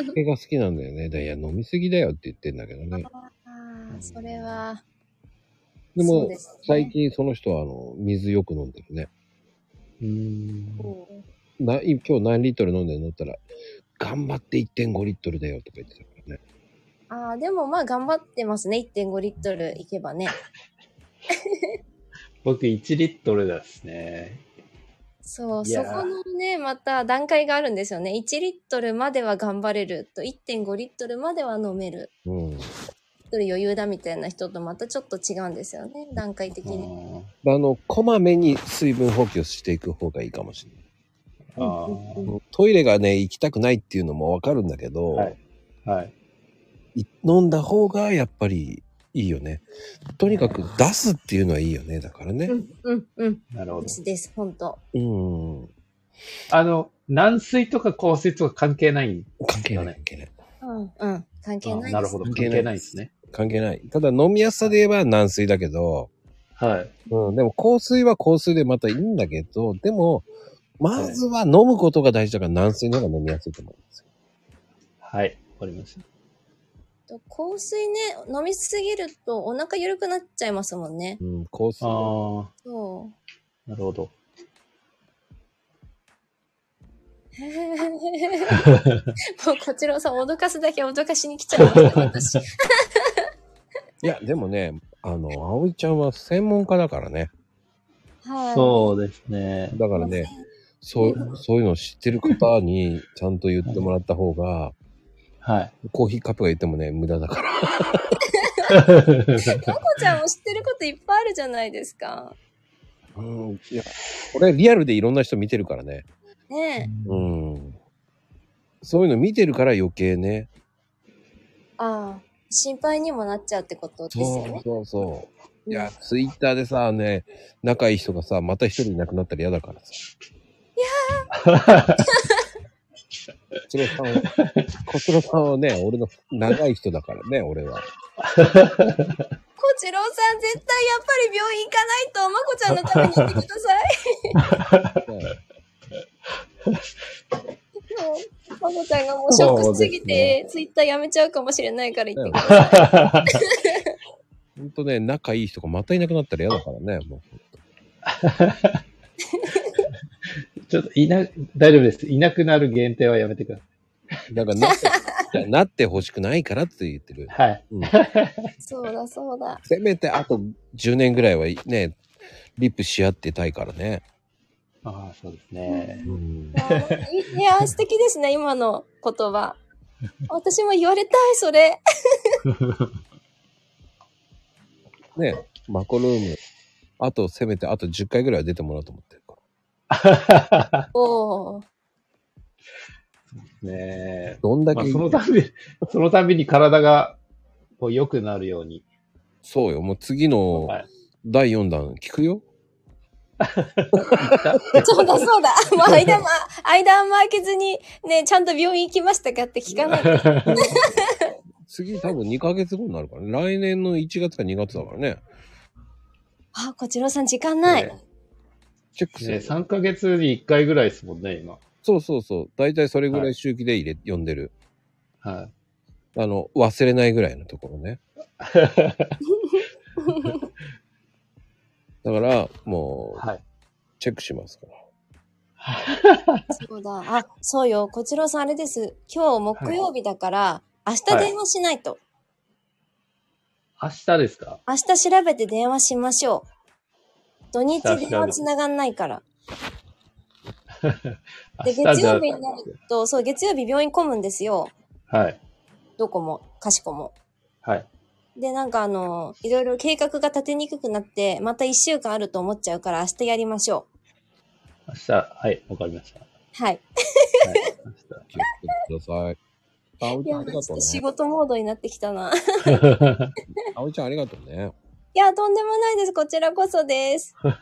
A: 酒が好きなんだよね。でいや、飲みすぎだよって言ってんだけどね。
D: ああ、それは。
A: で
D: そ
A: も
D: う、ですね
A: 最近その人は、あの、水よく飲んでるね。
C: うーん。
D: うん
A: な今日何リットル飲んでるのって言ったら、頑張って1.5リットルだよとか言ってたからね。
D: ああ、でもまあ頑張ってますね。1.5リットルいけばね。
C: 僕1リットルですね。
D: そう、
C: い
D: そ
C: やー
D: このね、また段階があるんですよね。1リットルまでは頑張れると、1.5リットルまでは飲める。
A: うん。
D: 1人余裕だみたいな人とまたちょっと違うんですよね。段階的
C: あ
D: に。
C: ー
A: あの、こまめに水分補給をしていく方がいいかもしれない。
C: あー。
A: トイレがね、行きたくないっていうのもわかるんだけど、
C: はいはい。
A: い飲んだ方がやっぱりいいよね。とにかく出すっていうのはいいよね。だからね
D: う。ん、うん、うん。
C: なるほど
D: で。すです、ほんと。
A: うん。
C: あの、軟水とか硬水とか関係ない
A: 関係ない、
C: だね
A: 関係ない。
D: うん、うん。関係ないです。
C: あなるほど。
A: 関
C: 関
A: 係ない
C: 係ないですね。
A: 関係ない。ただ飲みやすさで言えば軟水だけど、
C: はい。
A: うん、でも香水は香水でまたいいんだけど、でも、まずは飲むことが大事だから軟水の方が飲みやすいと思うんですよ。
C: はい。わかりました。
D: と香水ね、飲みすぎるとお腹緩くなっちゃいますもんね。
A: うん、香水
C: あ
A: は。
C: ー、
D: そう。
C: なるほど。
D: もうこちらさん脅かすだけ脅かしに来ちゃいました私
A: いや、でもね、あの、葵ちゃんは専門家だからね。
D: はい
C: そうですね。
A: だからね、そう、そういうの知ってる方にちゃんと言ってもらった方が、
C: はい。
A: コーヒーカップが言ってもね、無駄だから。
D: まこちゃんも知ってることいっぱいあるじゃないですか
A: うん、いや、俺リアルでいろんな人見てるからね。
D: ねえ
A: うん。そういうの見てるから余計ね。
D: ああ心配にもなっちゃうってことですよ
A: そう
D: ね
A: そうそう。いや、ツイッターでさ、ね、仲いい人がさ、また一人いなくなったら嫌だからさ。 いやー。こちらさんは、こちらさんはね、俺の長い人だからね、俺は。
D: こちらさん絶対やっぱり病院行かないとまこちゃんのために行ってくださいそうまこちゃんがもうショックしすぎ
C: そうで
D: てツイッターやめちゃうかもしれないから言ってください
A: ほんとね、仲いい人がまたいなくなったら嫌だからね、も
C: ちょっといな、大丈夫です。いなくなる限定はやめてくだ
A: う。だからなって、いやなってほしくないからって言ってる。
C: さい。はい。
A: うん、
D: そうだそうだ
A: せめてあと10年ぐらいはね、リップし合ってたいからね。
C: ああ、そうですね。
A: うん
D: いやーいや、素敵ですね、今の言葉。私も言われたい、それ。
A: ね、マコルーム、あと、せめてあと10回ぐらいは出てもらおうと思ってるから。
D: おー。
C: ねえ。
A: どんだ
C: ま
A: け、
C: あ、そのたび、 そのたびに体がこう良くなるように。
A: そうよ、もう次の
C: はい
A: 第4弾聞くよ。
D: そう だ、そうだ。もう間も、間も空けずに、ね、ちゃんと病院行きましたかって聞かないと。
A: 次多分2ヶ月後になるからね。来年の1月か2月だからね。
D: あ、こちらさん時間ない。
A: ねチェックす
C: ね、
A: る。
C: 3ヶ月に1回ぐらいですもんね、今。
A: そうそうそう。大体それぐらい周期で入れ、読んでる。
C: はい。
A: あの、忘れないぐらいのところね。だから、もう、
C: はい。
A: チェックしますから。
D: そうだ。あ、そうよ。こちらさんあれです。今日木曜日だから、明日電話しないと。
C: 明日ですか
D: 明日調べて電話しましょう。土日電話つながんないから。で、
C: 明日
D: 月
C: じゃ
D: 曜日になると、そう、月曜日病院混むんですよ。
C: はい。
D: どこも、かしこも。
C: はい。
D: で、なんかあの、いろいろ計画が立てにくくなって、また一週間あると思っちゃうから、明日やりましょ
C: 明日、はい、わかりました。は
D: う。は
C: い、明
D: い。
C: 日。
A: 気をつけてください。あおい
D: い
A: ちゃん
D: や、
A: あり
D: ちょ
A: がと
D: っ
A: う
D: と
A: ね。
D: 仕事モードになってきたな。
A: あおいちゃんありがとうね。
D: いや、とんでもないです。こちらこそです。
C: あ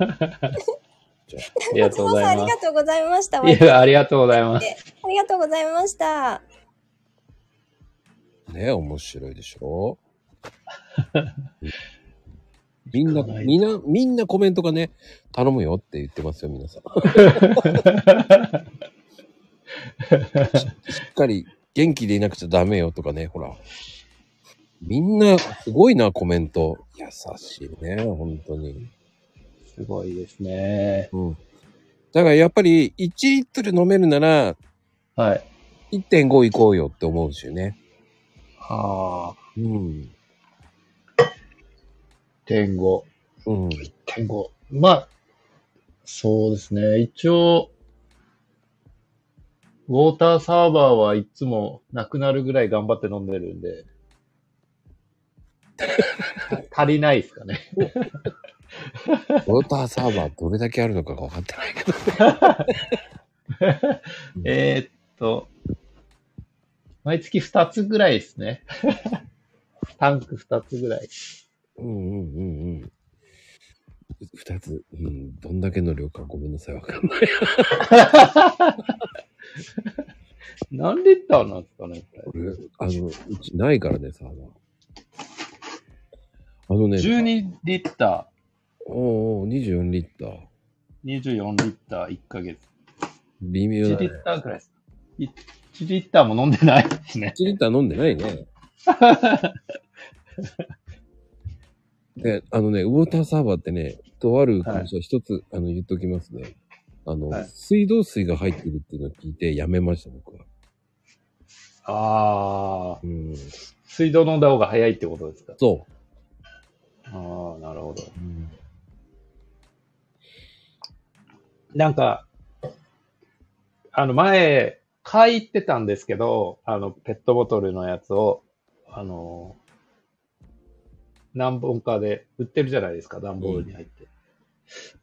C: りがとうご
D: さん、
C: ざ
D: あ
C: い
D: り
C: ま
D: がとうございました。あり
C: す。いや、ありがとうございます。
D: がとうございました。
A: ね面白いでし ょみんな、
C: 聞かない
A: みんな、みんなコメントがね、頼むよって言ってますよ、皆 さん。しっかり元気でいなくちゃダメよとかね、ほら。みんな、すごいな、コメント。優しいね、本当に。
C: すごいですね。
A: うん。だからやっぱり、1リットル飲めるなら、
C: はい。
A: 1.5いこうよって思うしね。
C: はあ、
A: うん。
C: 点5。
A: うん。
C: 点5。まあ、そうですね。一応、ウォーターサーバーはいつもなくなるぐらい頑張って飲んでるん で、足りないですかね。
A: ウォーターサーバーどれだけあるのかが分かってないけど。
C: えーっと、毎月2つぐらいです ね。タンク2つぐらい。
A: うんうんうんうん。二つ。うん。どんだけの量かごめんなさい。わかんない。
C: 何リッターなんですかね、これ。
A: 俺、あの、うちないからね、サーバー。あのね、
C: 12リッタ
A: おうおう24リッター。
C: ー、24リッター1ヶ月。
A: 微妙
C: 1
A: だ、ね
C: リ。ッターくらいです。1リッターも飲んでないですね。
A: 1リッター飲んでないね。で、あのね、ウォーターサーバーってね、とある会社一つ、あの、言っときますね。あの、
C: はい
A: 水道水が入ってるっていうのを聞いてやめました、僕は。
C: ああ、
A: うん。
C: 水道飲んだ方が早いってことですか。
A: そう。
C: ああ、なるほど。
A: うん
C: なんか、あの前、買い行ってたんですけど、あの、ペットボトルのやつを、あの、何本かで売ってるじゃないですか、段ボールに入って。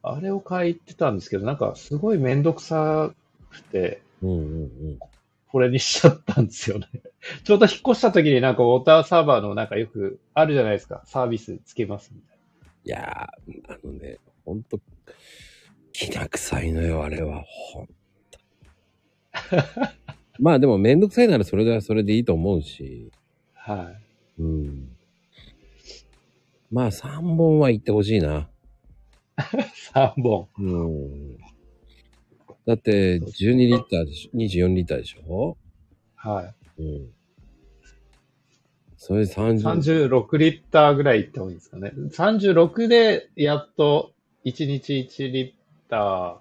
C: あれを買い行ってたんですけど、なんかすごいめんどくさくて、
A: うんうん
C: これにしちゃったんですよね。 ちょうど引っ越した時になんかウォーターサーバーのなんかよくあるじゃないですか、サービスつけますみたい
A: いやー、あのね、ほんと、きな臭いのよ、あれは。ほんと。まあでも、めんどくさいならそれはそれでいいと思うし。
C: な。はい。
A: うん。まあ、3本は行ってほしいな。
C: 3本。
A: うん。だって、12リッターでしょ、24リッターでしょ
C: はい。
A: うん。それ30、
C: 36リッターぐらいいった方がいいですかね。36でやっと1日1リッター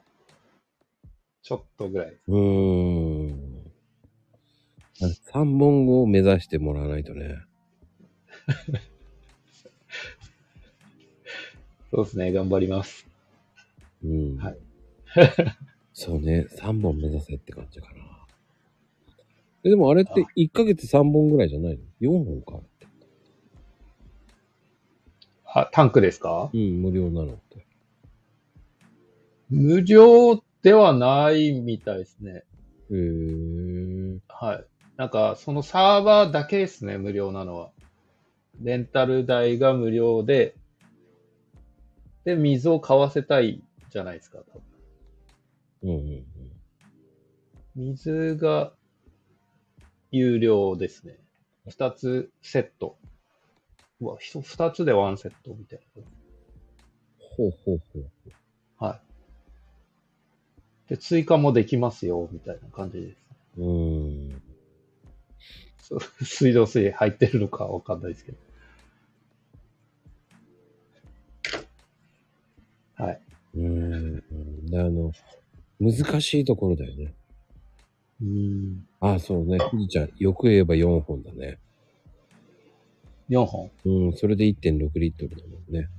C: ちょっとぐらい。
A: うーん。3本を目指してもらわないとね。
C: そうですね、頑張ります。
A: うん。
C: はい
A: そうね、3本目指せって感じかな。えでもあれって1ヶ月3本ぐらいじゃないの ?4 本かって。
C: あ、タンクですか
A: うん、無料なのって。
C: 無料ではないみたいですね。
A: へー。
C: はい。なんか、そのサーバーだけですね、無料なのは。レンタル代が無料で、で、水を買わせたいじゃないですか。多分
A: うんうんうん。
C: 水が有料ですね。二つセット。うわ、ひと二つでワンセットみたい
A: ほうほうほう。
C: な。はい。で、追加もできますよ、みたいな感じで
A: うーん。
C: す。 水道水入ってるのかわかんないですけど。
A: うーん。で、あの、難しいところだよね。
C: うん。
A: ああ、そうね。ひじちゃん、よく言えば4本だね。
C: 4本。
A: うん、それで1.6リットルだもんね。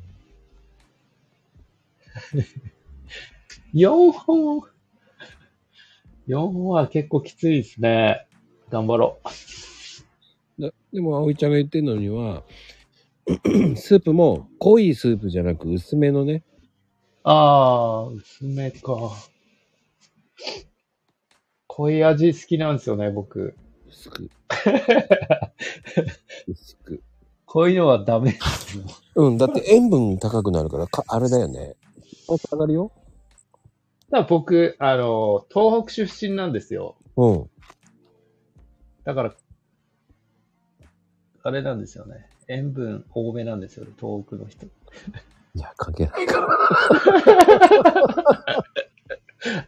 C: 4本 !4 本は結構きついですね。頑張ろう。
A: だでも、葵ちゃんが言ってるのには、 スープも濃いスープじゃなく薄めのね。
C: ああ、薄めか。濃い味好きなんですよね、僕。
A: 薄 く。薄く。
C: 濃いのはダメですよ。
A: うん、だって塩分高くなるから、かあれだよね。お下がるよ。
C: だから僕、あの、東北出身なんですよ。
A: うん。
C: だから、あれなんですよね。塩分多めなんですよね、東北の人。
A: いや、関係ない。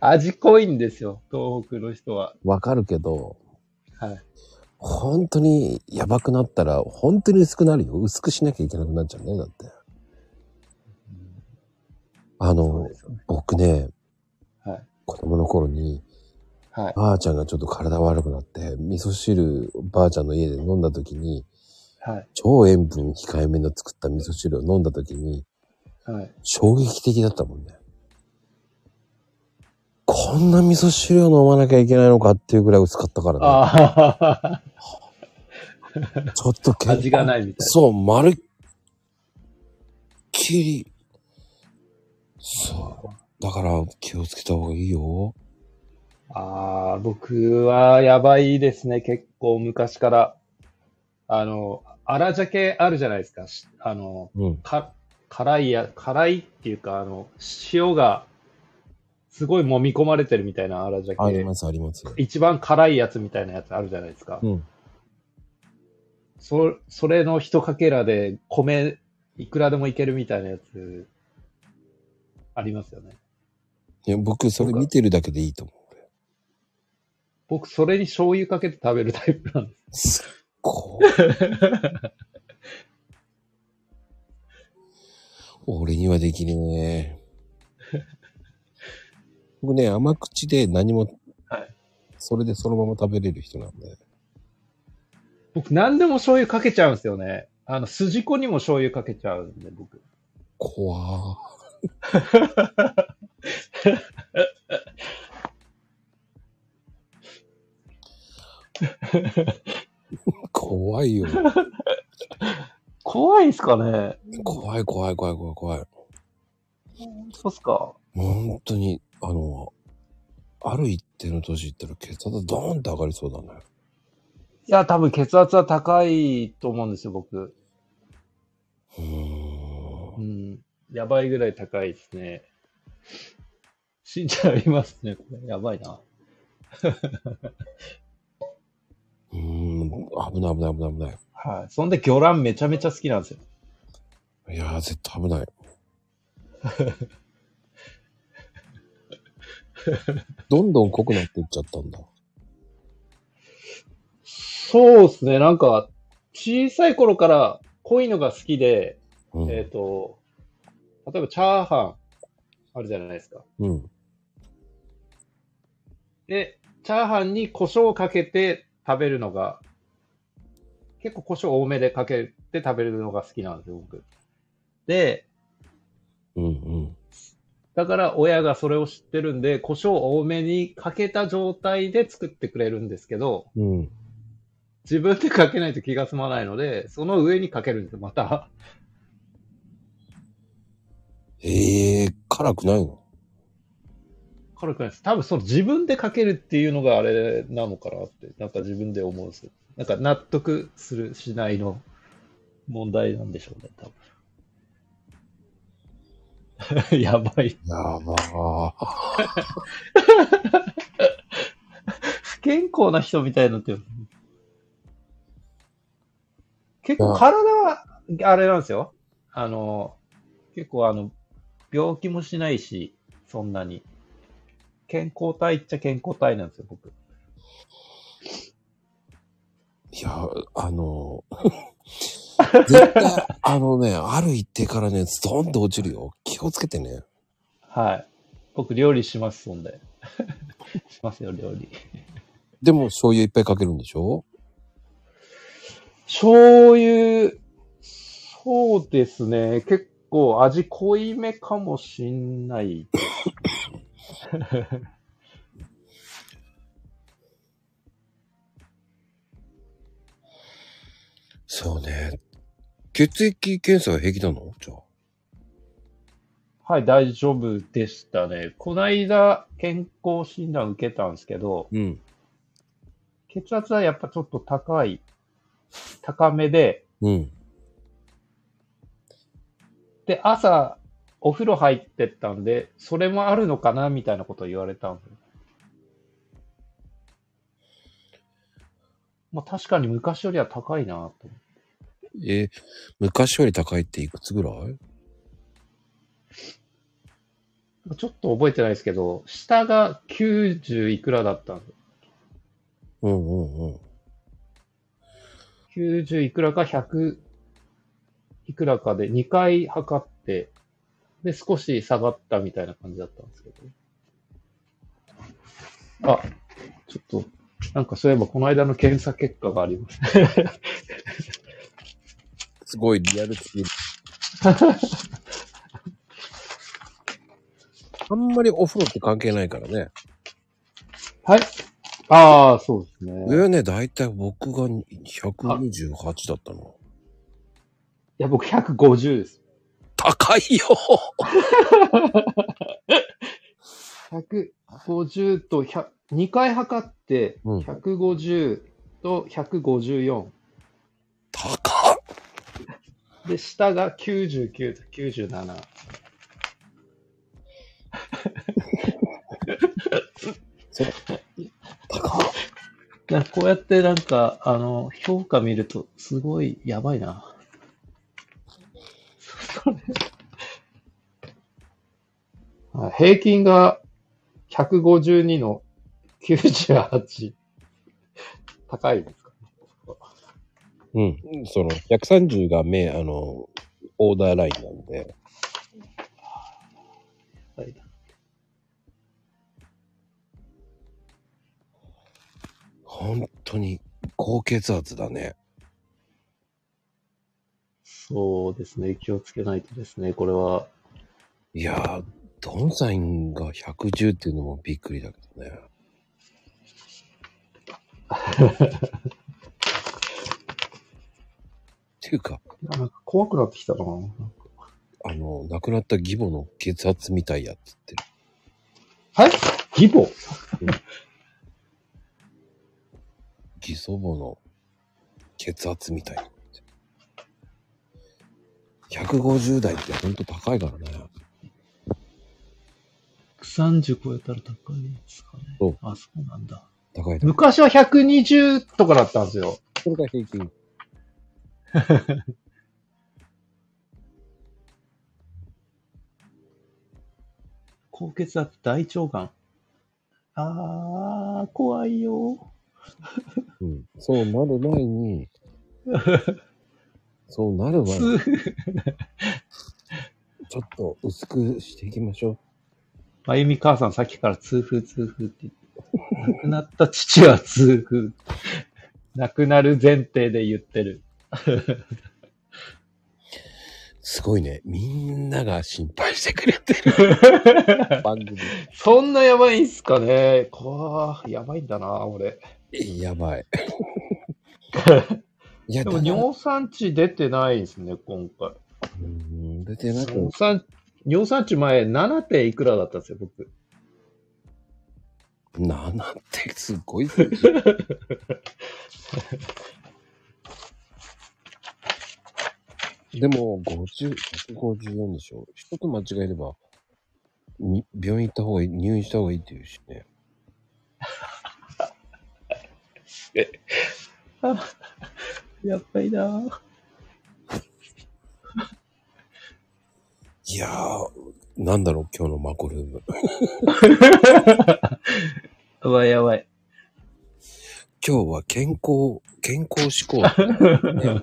C: 味濃いんですよ、東北の人は。
A: わかるけど、
C: はい。
A: 本当にやばくなったら、本当に薄くなるよ。薄くしなきゃいけなくなっちゃうね。だって。あ
C: そう
A: の
C: で、すよね。
A: 僕ね、
C: はい
A: 子供の頃に、
C: はい。
A: ばあちゃんがちょっと体悪くなって、味噌汁、ばあちゃんの家で飲んだ時に、
C: はい。
A: 超塩分控えめの作った味噌汁を飲んだ時に、
C: はい。
A: 衝撃的だったもんね。こんな味噌汁を飲まなきゃいけないのかっていうぐらい薄かったからね。
C: あ
A: ちょっと
C: あ、味がないみたい
A: そう、まるっきり。そう。だから気をつけた方がいいよ。
C: ああ、僕はやばいですね。結構昔から。あの、粗鮭あるじゃないですか。しあの、
A: うん。
C: か、辛いや、辛いっていうか、あの、塩がすごい揉み込まれてるみたいな粗
A: あり
C: 鮭。
A: ます、あります。
C: 一番辛いやつみたいなやつあるじゃないですか。
A: うん。
C: そ、それの一かけらで米いくらでもいけるみたいなやつありますよね。
A: いや、僕、それ見てるだけでいいと思う。
C: 僕、それに醤油かけて食べるタイプなんです
A: っごい。俺にはできねえ。僕ね、甘口で何も、
C: はい
A: それでそのまま食べれる人なんで。
C: 僕、何でも醤油かけちゃうんですよね。あの、筋子にも醤油かけちゃうんで、僕。
A: 怖ー怖いよ。
C: 怖いんすかね
A: 怖い怖い怖い怖い怖い。
C: そうっすか。
A: 本当に、あの、ある一定の年いったら血圧ドーンって上がりそうだね。
C: いや、多分血圧は高いと思うんですよ、僕。
A: うー。
C: うんん。やばいぐらい高いですね。死んじゃいますね、これ。やばいな。
A: うーん。危ない危ない危ない危な
C: はい。そんで、魚卵めちゃめちゃ好きなんですよ。
A: い。いやー、絶対危ない。どんどん濃くなっていっちゃったんだ。
C: そうですね、なんか、小さい頃から濃いのが好きで、
A: うん。
C: えっ、と、例えばチャーハンあるじゃないですか。
A: うん。
C: で、チャーハンに胡椒をかけて食べるのが、結構胡椒多めでかけて食べるのが好きなんですよ、僕。で、
A: うんうん。
C: だから親がそれを知ってるんで、胡椒多めにかけた状態で作ってくれるんですけど、
A: うん。
C: 自分でかけないと気が済まないので、その上にかけるんですよ、また。
A: ええ辛くないの
C: 辛くないです。多分その自分でかけるっていうのがあれなのかなって、なんか自分で思うんですよ。なんか納得する、しないの問題なんでしょうね、多分。 やばい。
A: やばー。
C: 不健康な人みたいになってる。結構体は、あれなんですよ。あの、結構あの、病気もしないし、そんなに。健康体っちゃ健康体なんですよ、僕。
A: いや、あの、 絶対、あのね、歩いてからね、ストンと落ちるよ。気をつけてね。
C: はい。僕、料理します、そんで。 しますよ、料理。
A: でも、醤油いっぱいかけるんでしょ
C: 醤油、そうですね。結構味濃いめかもしんない。
A: そうね。血液検査は平気なのじゃあ。
C: はい、大丈夫でしたね。こないだ健康診断受けたんですけど、
A: うん。
C: 血圧はやっぱちょっと高い、高めで、
A: うん。
C: で、朝、お風呂入ってったんで、それもあるのかなみたいなこと言われたんで。まあ確かに昔よりは高いなと。
A: え、昔より高いっていくつぐらい
C: ちょっと覚えてないですけど、下が90いくらだったんで、
A: うんうんうん。
C: 90いくらか100いくらかで2回測って、で、少し下がったみたいな感じだったんですけど。あ、ちょっと、なんかそういえばこの間の検査結果があります。
A: すごいリアルす ぎる。あんまりお風呂って関係ないからね。
C: はい。ああ、そうですね。
A: 上はね、だいたい僕が128だったの。
C: いや、僕150です。
A: 高いよ
C: 150と100、2回測って、
A: うん
C: 150と154。
A: 高っ
C: で、下が99と97。
A: 高っ
C: なんかこうやってなんか、あの、評価見ると、すごいやばいな。あ 平均が152の98。高いですか
A: うん。その、130が目、あの、オーダーラインなんで。
C: はい
A: 本当に高血圧だね。
C: そうですね。気をつけないとですね。これは、
A: いやー、ドンさんが110っていうのもびっくりだけ どね。っていうか、
C: あなんか怖くなってきたな。なんか
A: あの、亡くなった義母の血圧みたいやって言っ
C: はい義母
A: てる。義祖母の血圧みたいって150代ってほんと高いからね。
C: 130超えたら高いですかね。
A: そう
C: あ、そうなんだ。
A: 高いだ
C: 昔は120とかだったんですよ。
A: それが平均。
C: 高血圧大腸がん。あー、怖いよ。
A: うん。そうなる前 に、そうなる前に、ちょっと薄くしていきましょ
C: まゆみ母さんさっきから痛風痛風って言って。亡くなった父は痛風。亡くなる前提で言ってる。
A: う。すごいね。みんなが心配してくれてる番組。
C: そんなやばいんすかね怖ーやばいんだな、俺。
A: やば い。いや、
C: でも
A: だから
C: 尿酸値出てないですね、今回。
A: うん出てなく
C: 尿酸尿酸値前 7. 点いくらだったんですよ、僕。
A: 7ってすごい数字。 でも、50、154でしょ。一つ間違えれば、に病院行った方がいい、入院した方がいいって言うしね。
C: やっぱりなー
A: いやー、なんだろう、今日のマコルーム。
C: やばいやばい。
A: 今日は健康、健康志 向、ね。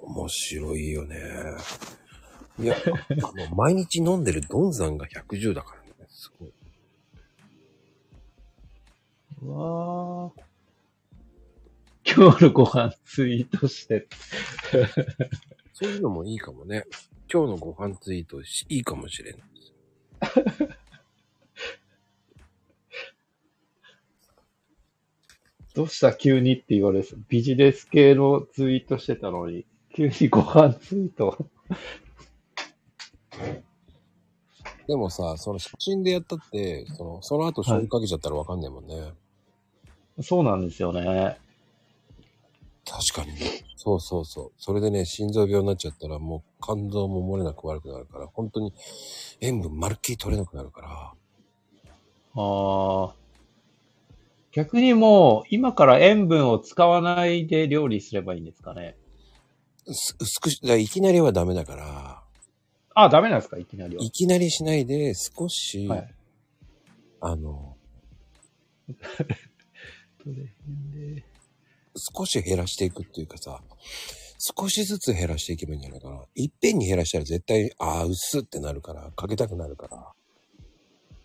A: 面白いよね。いや、あの、毎日飲んでるドンさんが110だからね。すごい。
C: うわー今日のご飯ツイートして。
A: そういうのもいいかもね。今日のご飯ツイートしいいかもしれない。
C: どうした急にって言われるビジネス系のツイートしてたのに、急にご飯ツイート。
A: でもさ、その写真でやったって、その、その後醤油かけちゃったらわかんないもんね。
C: そうなんですよね。
A: 確かにね。そうそうそう。それでね、心臓病になっちゃったら、もう肝臓も漏れなく悪くなるから、本当に塩分まるっきり取れなくなるから。
C: ああ。逆にもう、今から塩分を使わないで料理すればいいんですかね。
A: す薄くし、だからいきなりはダメだから、
C: あ、ダメなんですかいきなりは。
A: いきなりしないで、少し、
C: はい。
A: あの、少し減らしていくっていうかさ、少しずつ減らしていけばいいんじゃないかな。いっぺんに減らしたら絶対、ああ、薄ってなるから、かけたくなるから。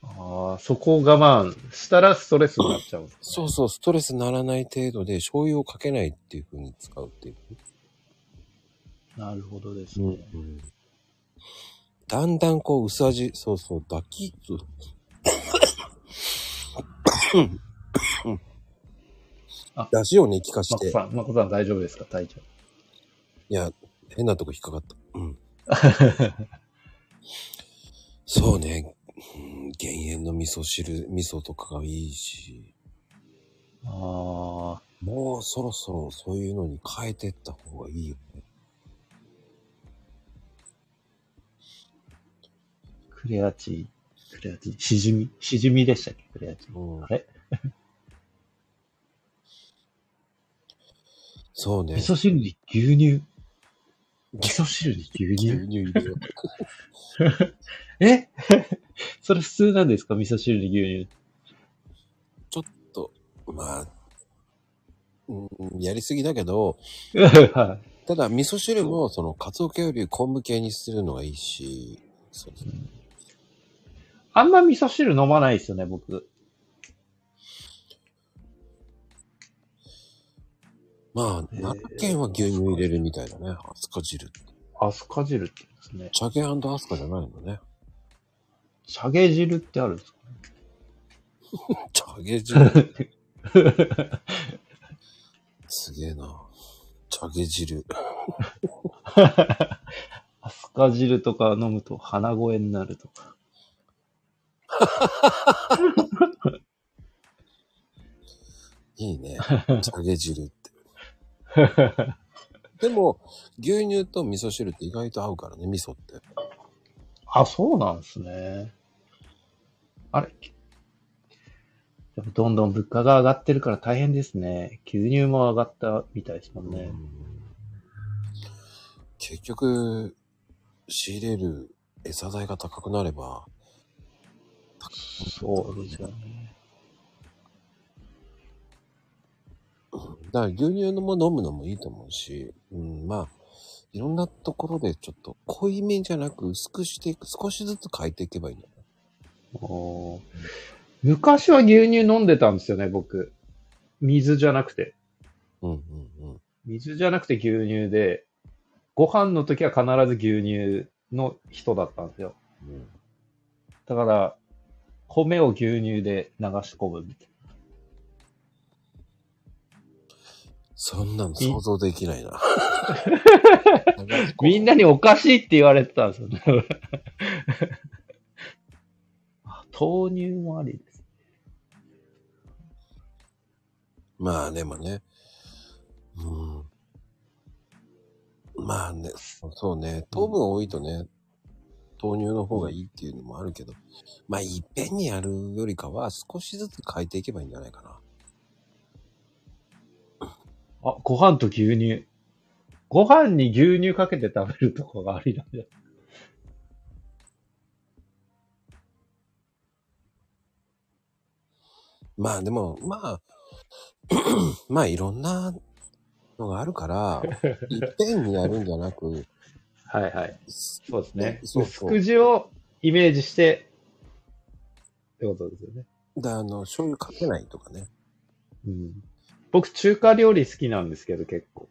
C: ああ、そこを我慢したらストレスになっちゃうんですか
A: そうそう、ストレスならない程度で醤油をかけないっていう風に使うっていう。
C: なるほどですね。
A: だんだんこう薄味、そうそう、抱きつ、
C: あ
A: だしをね、効かし
C: マコ
A: て、
C: さん、マコさん大丈夫ですか体調。
A: いや、変なとこ引っかかった。うん。 そうね、うん、減塩の味噌汁、味噌とかがいいし、
C: ああ。
A: もうそろそろそういうのに変えてった方がいいよね。
C: クレアチ、クレアチ、シジミ、シジミでしたっけクレアチ。
A: うん、
C: あれ
A: そうね。
C: 味噌汁に牛乳。味噌汁に牛
A: 牛
C: 乳
A: 乳入れよう。
C: え それ普通なんですか味噌汁に牛乳。
A: ちょっと、まあ、うん、やりすぎだけど、
C: は
A: ただ味噌汁もその、鰹系より昆布系にするのがいいし、そうですね。
C: いあんま味噌汁飲まないですよね、僕。
A: まあ、奈良県は牛乳入れるみたいだね。アスカ汁って。
C: アスカ汁って言うんですね。
A: チャゲアスカじゃないのね。
C: シャゲ汁ってあるんですか
A: チャゲ 汁。すげえな。チャゲ汁。
C: アスカ汁とか飲むと鼻声になるとか。
A: いい ね。チャゲ汁 って。でも、牛乳と味噌汁って意外と合うからね、味噌って。
C: あ、そうなんですね。あれやっぱどんどん物価が上がってるから大変ですね。牛乳も上がったみたいですもんね。
A: 結局、仕入れる餌代が高くなれば、
C: そうですよね。
A: だから牛乳も飲むのもいいと思うし、うん、まあ、いろんなところでちょっと濃いめじゃなく薄くしていく、少しずつ変えていけばいいの。
C: おー昔は牛乳飲んでたんですよね、僕。水じゃなくて。
A: うんうんうん。
C: 水じゃなくて牛乳で、ご飯の時は必ず牛乳の人だったんですよ。
A: うん
C: だから、米を牛乳で流し込むみたい
A: そんなの想像できない な。
C: な。みんなにおかしいって言われてたんですよね。あ豆乳もありです。
A: まあでもね。うん。まあね、そうね。糖分多いとね、豆乳の方がいいっていうのもあるけど、まあいっぺんにやるよりかは少しずつ変えていけばいいんじゃないかな。
C: あ、ご飯と牛乳。ご飯に牛乳かけて食べるとかがありなんだ。
A: まあでも、まあ、 まあいろんなのがあるから、いっぺんにやるんじゃなく、
C: はいはい。そうですね。
A: そう
C: 薄
A: そう
C: くじをイメージして、ってことですよね。
A: だあの、醤油かけないとかね。
C: うん。僕、中華料理好きなんですけど、結構。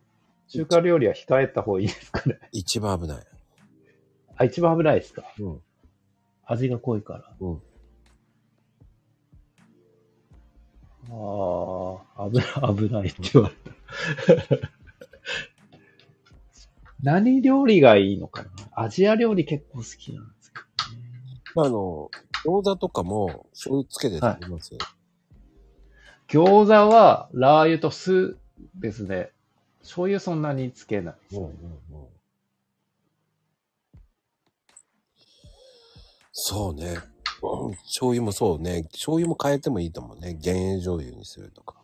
C: 中華料理は控えた方がいいですかね。
A: 一番危ない。
C: あ、一番危ないですか。
A: うん。
C: 味が濃いから。
A: うん。
C: あ あ、危ない、危ないって言われた。 何料理がいいのかなアジア料理結構好きなんですけどね。
A: まああの、餃子とかも醤油つけて食べますよ。
C: 餃子はラー油と酢ですね。醤油そんなにつけない。
A: うんうんうんそうね。うん醤油もそうね。醤油も変えてもいいと思うね。減塩醤油にするとか。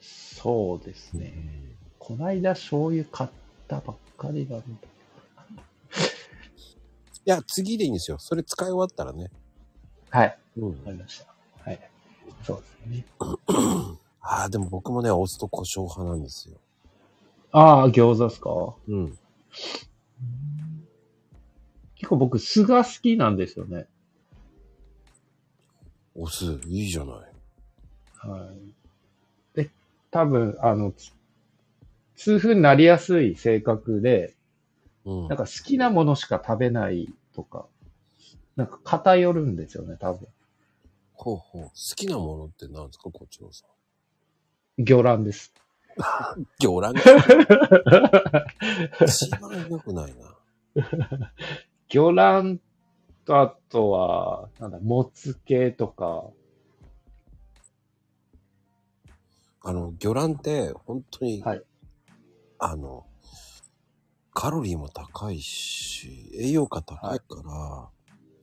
C: そうですね。こないだ醤油買ったばっかりなんだ。
A: いや、次でいいんですよ。それ使い終わったらね。
C: はい。
A: うん
C: わかりました。はい。そうですね。
A: ああ、でも僕もね、お酢と胡椒派なんですよ。
C: ああ、餃子ですか
A: うん。
C: 結構僕、酢が好きなんですよね。
A: お酢、いいじゃない。
C: はい。で、多分、あの、つ痛風になりやすい性格で、
A: うん。
C: なんか好きなものしか食べないとか、なんか偏るんですよね、多分。
A: ほうほう。好きなものって何ですか、こっちのさ ん。
C: 魚卵です。
A: 魚 卵。一番良くないな。
C: 魚卵と、あとは、なんだ、もつ系とか、
A: あの、魚卵って、本当に、
C: はい
A: あの、カロリーも高いし、栄養価高いか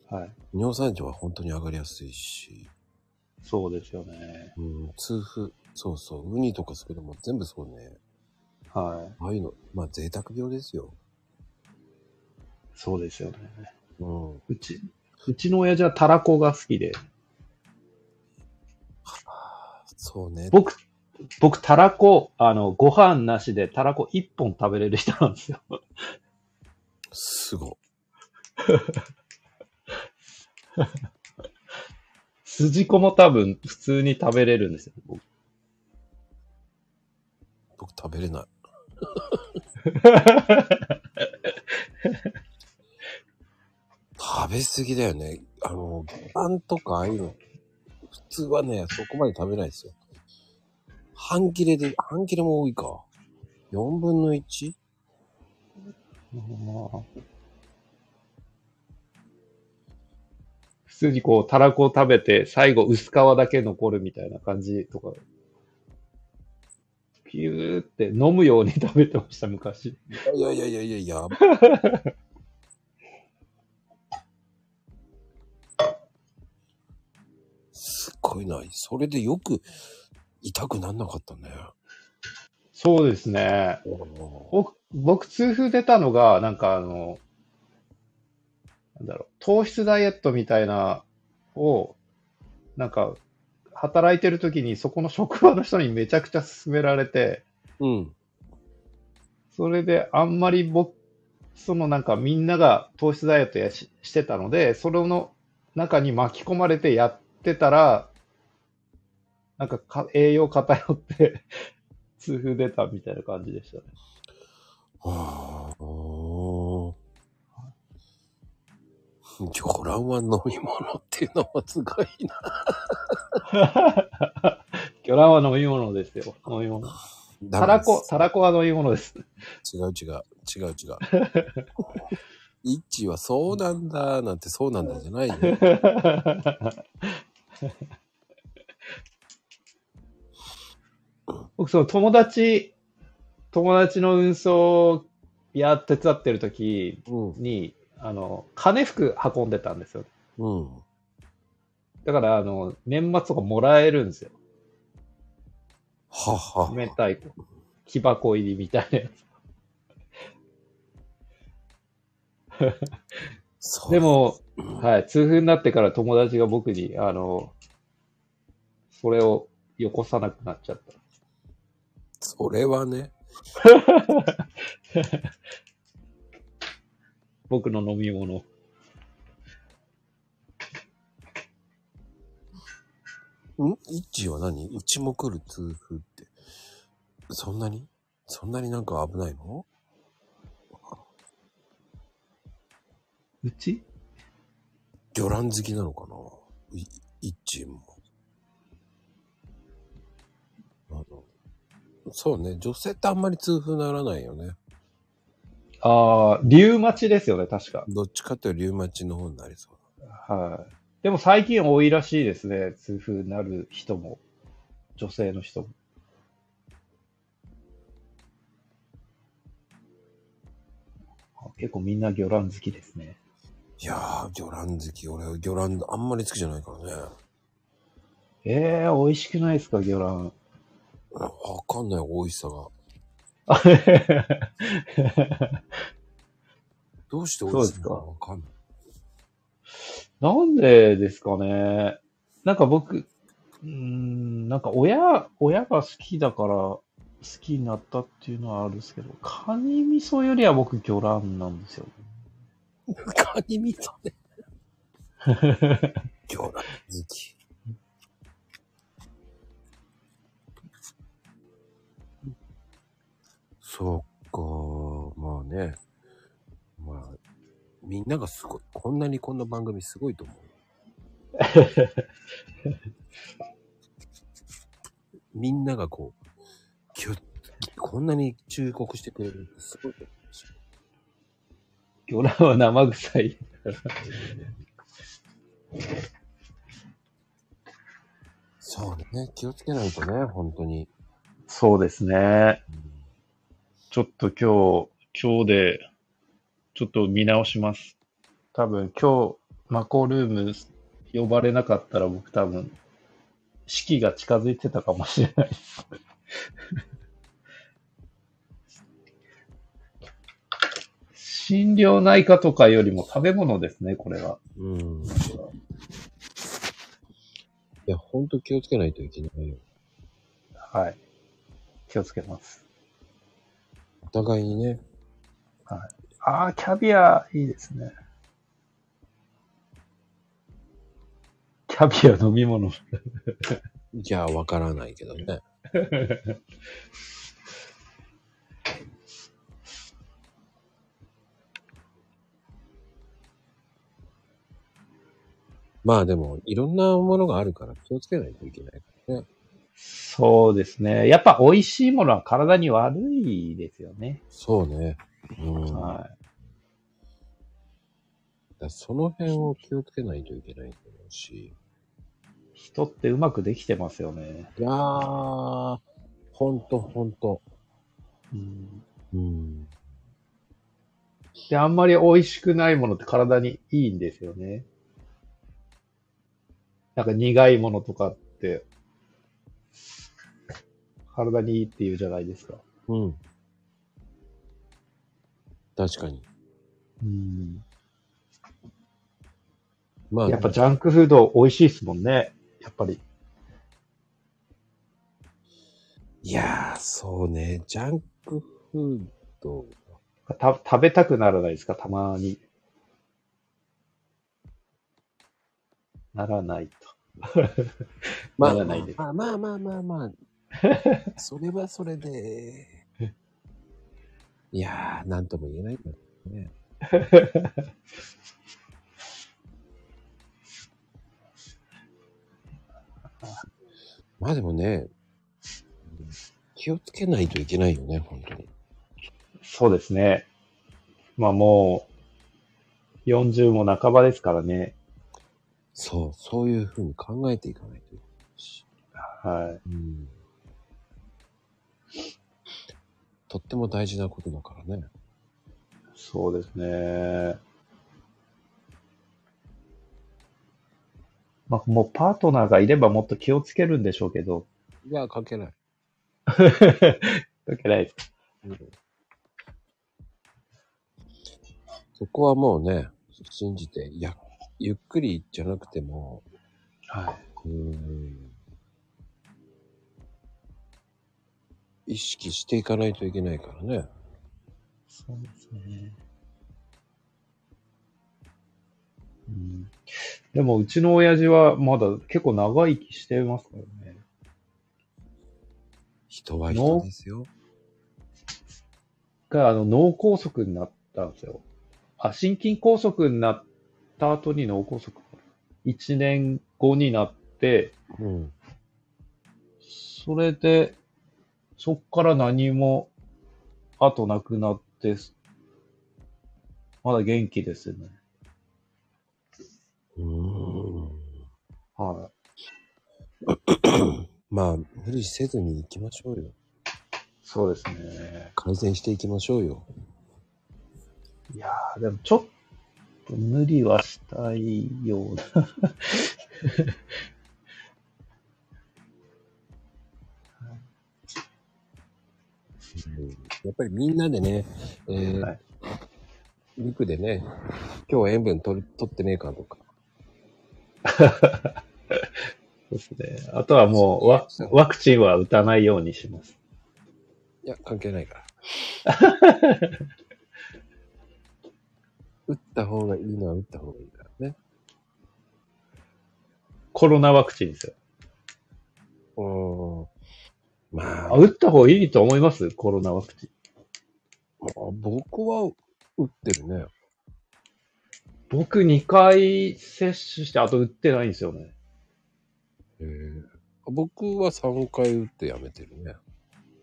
A: ら、
C: はい。
A: 尿酸値は本当に上がりやすいし、
C: そうですよね。
A: うん、痛風、そうそう、ウニとかそういうのも全部そうね。
C: はい。
A: ああいうの、まあ贅沢病ですよ。
C: そうですよね。
A: うん。
C: うち、うちの親父はタラコが好きで、
A: そうね。
C: 僕、僕、タラコ、あの、ご飯なしでタラコ1本食べれる人なんですよ。
A: すごい。
C: 筋子も多分普通に食べれるんですよ。僕
A: 僕食べれない。食べ過ぎだよね。あの、パンとかああいうの、普通はね、そこまで食べないですよ。半切れで、半切れも多いか。4分の 1?
C: 普通にこう、タラコを食べて、最後薄皮だけ残るみたいな感じとか、ピューって飲むように食べてました、昔。
A: いやいやいやいやいや。すっごいな。それでよく痛くなんなかったね。
C: そうですね。僕、僕痛風出たのが、なんかあの、なんだろう、糖質ダイエットみたいなを、なんか、働いてる時にそこの職場の人にめちゃくちゃ勧められて、
A: うん。
C: それであんまり僕、そのなんかみんなが糖質ダイエットやししてたので、それの中に巻き込まれてやってたら、なんかか栄養偏って痛風出たみたいな感じでしたね。
A: ああ。魚卵は飲み物っていうのもすごいな。
C: 魚卵は飲み物ですよ。飲み物。たらこ、たらこは飲み物です。
A: 違う違う、違う違う。イッチーはそうなんだ、なんてそうなんだじゃないよ。
C: 僕、その友達、友達の運送や手伝ってる時
A: うん、
C: に、あの、金服運んでたんですよ。
A: うん。
C: だから、あの、年末とかもらえるんですよ。
A: はは。
C: 明太子。木箱入りみたいなや
A: そ
C: つ。
A: う
C: で、も、はい、痛風になってから友達が僕に、あの、それをよこさなくなっちゃった。
A: それはね、
C: 僕の飲み物。
A: んイッチーは何うちも来る痛風って。そんなにそんなになんか危ないの
C: うち
A: 魚卵好きなのかないイッチーも。あのそうね、女性ってあんまり痛風ならないよね。
C: ああ、竜待ちですよね、確か。
A: どっちかっていうとリウマチの方になりそう。
C: はい。でも最近多いらしいですね、痛風になる人も、女性の人も。あ結構みんな魚卵好きですね。
A: いやー、魚卵好き。俺、魚卵あんまり好きじゃないからね。
C: ええー、美味しくないですか、魚卵。
A: わかんない、美味しさが。どうして美味しいのかわかんない。
C: なんでですかね。なんか僕、うーん、なんか親、親が好きだから好きになったっていうのはあるんですけど、カニ味噌よりは僕魚卵なんです よ。
A: カニ味噌ね。魚卵好き。そっかまあね。まあ、みんながすごい。こんなにこんな番組すごいと思 う。みんながこう、きょこんなに忠告してくれるってすごいと思うし。
C: 魚卵は生臭い。
A: そうね。気をつけないとね、本当に。
C: そうですね。ちょっと今日、今日で、ちょっと見直します。多分今日、マコルーム呼ばれなかったら僕多分、四季が近づいてたかもしれないです。 心療内科とかよりも食べ物ですね、これは。
A: うん。いや、本当気をつけないといけないよ。
C: はい。気をつけます。
A: お互いにね。
C: ああ、キャビア、いいですね。キャビア飲み物。
A: じゃあ、わからないけどね。 まあでも、いろんなものがあるから気をつけないといけない。
C: そうですね。やっぱ美味しいものは体に悪いですよね。
A: そうね。うん。だか
C: は
A: らその辺を気をつけないといけないと思うし。
C: い。人ってうまくできてますよね。
A: いやー、ほんとほんと。
C: うん、
A: うん。
C: で、あんまり美味しくないものって体にいいんですよね。なんか苦いものとかって、体にいいって言うじゃないですか。
A: うん。確かに。
C: うん、
A: まあ、
C: やっぱジャンクフード美味しいですもんね。やっぱり。
A: いやー、そうね。ジャンクフード。
C: た食べたくならないですかたまに。ならないと。
A: まあ、まあ
C: ならないです
A: まあまあまあまあ、ま あ、それはそれで。 いやー、なんとも言えないんだけどね。まあでもね、気をつけないといけないよね、本当に。
C: そうですね。まあもう、40も半ばですからね。
A: そう、そういうふうに考えていかないと。
C: は
A: うん。とっても大事なことだからね。
C: い。そうですね。まあもうパートナーがいればもっと気をつけるんでしょう けど、
A: いや、関係ない。
C: だけないです。
A: そこはもうね、信じて、いや、ゆっくりじゃなくても、
C: は
A: うーん意識していかないといけないからね。
C: い。そうですね。うん、でも、うちの親父はまだ結構長生きしてますからね。
A: 人は人ですよ。
C: が、あの、脳梗塞になったんですよ。あ、心筋梗塞になった後に脳梗塞。1年後になって、
A: うん。
C: それで、そっから何も後なくなって、まだ元気ですよね。
A: うーん。
C: は
A: まあ、無理せずに行きましょうよ。
C: い。そうですね。
A: 改善していきましょうよ。
C: いやー、でもちょっと無理はしたいような。
A: うんやっぱりみんなでね、えー
C: はい
A: 肉でね、今日は塩分取り取ってねえかとか。
C: そうですね。あとはもうワ、ワクチンは打たないようにします。
A: いや、関係ないから。 打った方がいいのは打った方がいいからね。
C: コロナワクチンですよ。
A: うーん。まあ
C: あ、打った方がいいと思いますコロナワクチン。
A: 僕は打ってるね。
C: 僕2回接種して、あと打ってないんですよね。
A: 僕は3回打ってやめてるね。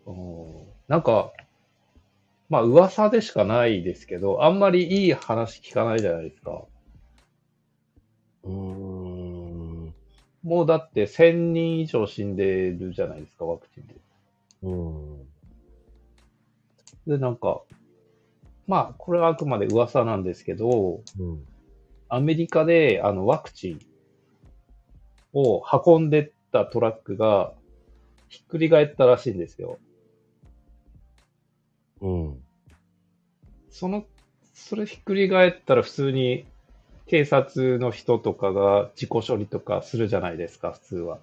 C: うんなんか、まあ噂でしかないですけど、あんまりいい話聞かないじゃないですか。
A: うーん。
C: もうだって1000人以上死んでるじゃないですか、ワクチンで。
A: うん。
C: で、なんか、まあこれはあくまで噂なんですけど、
A: うん。
C: アメリカであのワクチンを運んでったトラックがひっくり返ったらしいんですよ。
A: うん。
C: その、それひっくり返ったら普通に警察の人とかが自己処理とかするじゃないですか、普通は。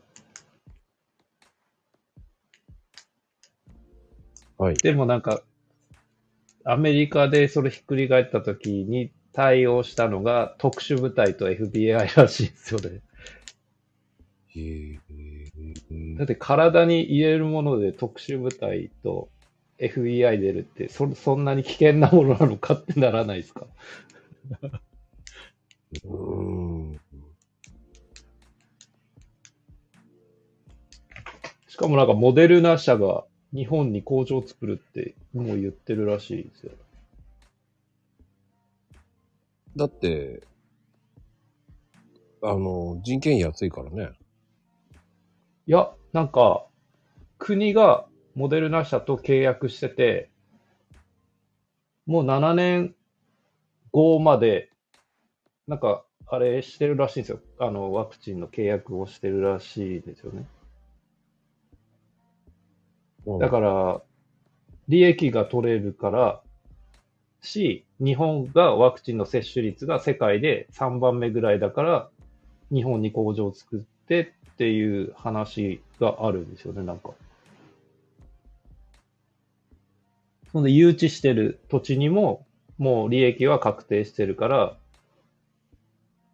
A: はい。
C: でもなんか、アメリカでそれひっくり返った時に対応したのが特殊部隊と FBI らしいんですよね。
A: へー
C: だって体に入れるもので特殊部隊と FBI 出るってそ、そんなに危険なものなのかってならないですか
A: うん。
C: しかもなんかモデルナ社が日本に工場を作るってもう言ってるらしいですよ。
A: だって、あの、人件費安いからね。
C: いや、なんか国がモデルナ社と契約してて、もう7年後まで、なんかあれしてるらしいんですよ。あのワクチンの契約をしてるらしいんですよね。だ
A: ら。
C: から、利益が取れるから、し、日本がワクチンの接種率が世界で3番目ぐらいだから、日本に工場を作ってっていう話があるんですよね、なんか。そんで、誘致してる土地にも、もう利益は確定してるから、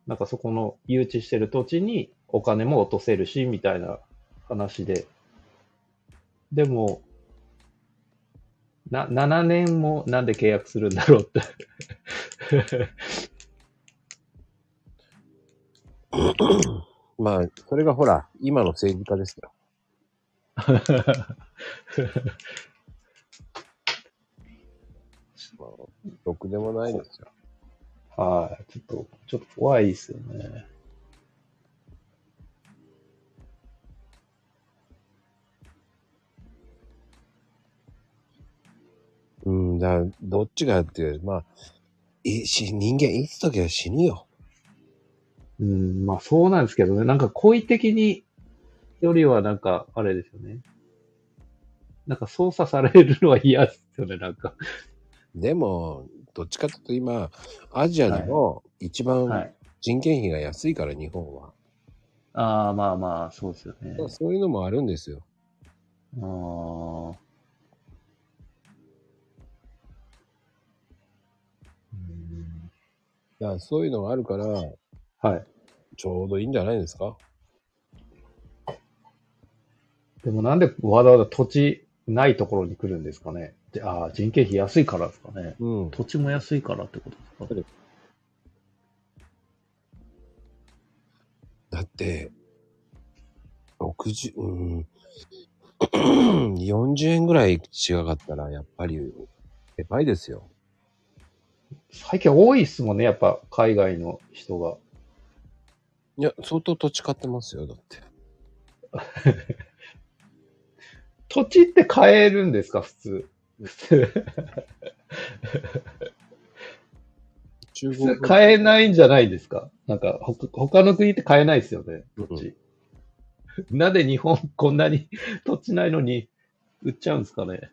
C: なんかそこの誘致してる土地にお金も落とせるし、みたいな話で。でも、な、7年もなんで契約するんだろう って。
A: まあ、それがほら、今の政治家ですよ。まあ、ろくでもないですよ。
C: はい。ちょっと、ちょっと怖いですよね。
A: うん、だからどっちがっていうより、まあ、いし人間生きときは死ぬよ。
C: うん、まあそうなんですけどね。なんか好意的によりはなんか、あれですよね。なんか操作されるのは嫌ですよね、なんか。
A: でも、どっちかというと今、アジアでも一
C: は
A: 番
C: い。
A: 人件費が安いから、日本は。
C: ああ、まあまあ、そうですよね
A: だか。らそういうのもあるんですよ。
C: ああ。うん
A: だからそういうのがあるから、
C: はい。
A: ちょうどいいんじゃないですか
C: でもなんでわざわざ土地ないところに来るんですかね。でああ、人件費安いからですかね。
A: うん。
C: 土地も安いからってことですか。
A: だって、60、うん、40円ぐらい違かったら、やっぱり、でかいですよ。
C: 最近多いっすもんね、やっぱ海外の人が。
A: いや、相当土地買ってますよ、だって。
C: 土地って買えるんですか、普通。普通、
A: 中
C: 普
A: 国
C: 通 買えないんじゃないですか。なんか、ほか他の国って買えないですよね、土地。なんで日本こんなに 土地ないのに売っちゃうんですかね。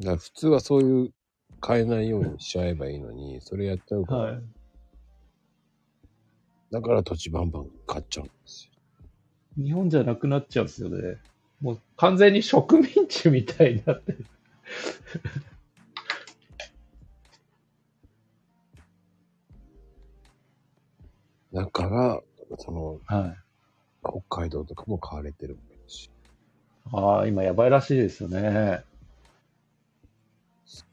A: だから普通はそういう、買えないようにしちゃえばいいのに、それやっちゃうから、
C: はい。
A: だから土地バンバン買っちゃうんですよ。
C: 日本じゃなくなっちゃうんですよね。もう完全に植民地みたいになってる。
A: だから、その、
C: はい。
A: 北海道とかも買われてるわけだし。
C: ああ、今やばいらしいですよね。
A: そ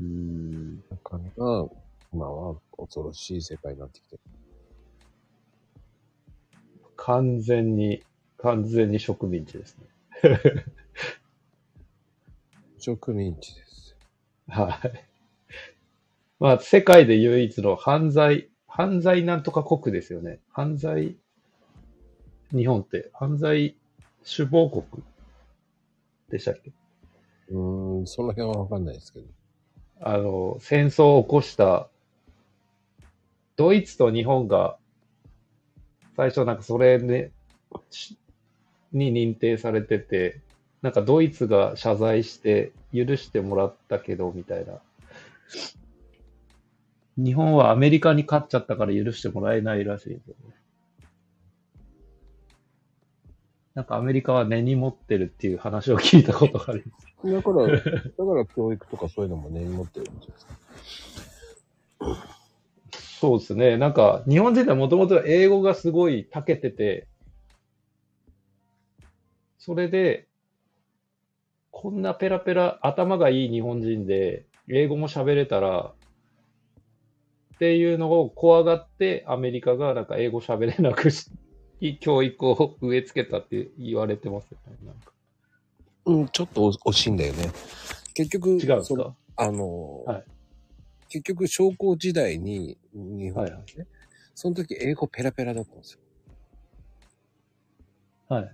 A: う
C: うん。
A: なかなか、今は恐ろしい世界になってきてる。
C: 完全に、完全に植民地ですね。
A: 植民地ですよ。
C: はい。 まあ、世界で唯一の犯罪、犯罪なんとか国ですよね。犯罪、日本って、犯罪首謀国でしたっけ
A: うーん、その辺はわかんないですけど。
C: あの、戦争を起こした、ドイツと日本が、最初なんかそれで、しに認定されてて、なんかドイツが謝罪して、許してもらったけど、みたいな。日本はアメリカに勝っちゃったから許してもらえないらしいですよね。なんかアメリカは根に持ってるっていう話を聞いたことがあります。
A: だ から、だから教育とかそういうのも根に持ってるんですか。
C: そうですね。なんか、日本人はもともと英語がすごい長けてて、それで、こんなペラペラ頭がいい日本人で、英語も喋れたら、っていうのを怖がって、アメリカがなんか英語喋れなくし、教育を植え付けたって言われてますよね。なんか
A: うん、ちょっと惜しいんだよね。結局、
C: 違うんです
A: その
C: か
A: あの、
C: はい
A: 結局、将校時代に日本、ね
C: はいはい
A: その時英語ペラペラだったんですよ。
C: はい。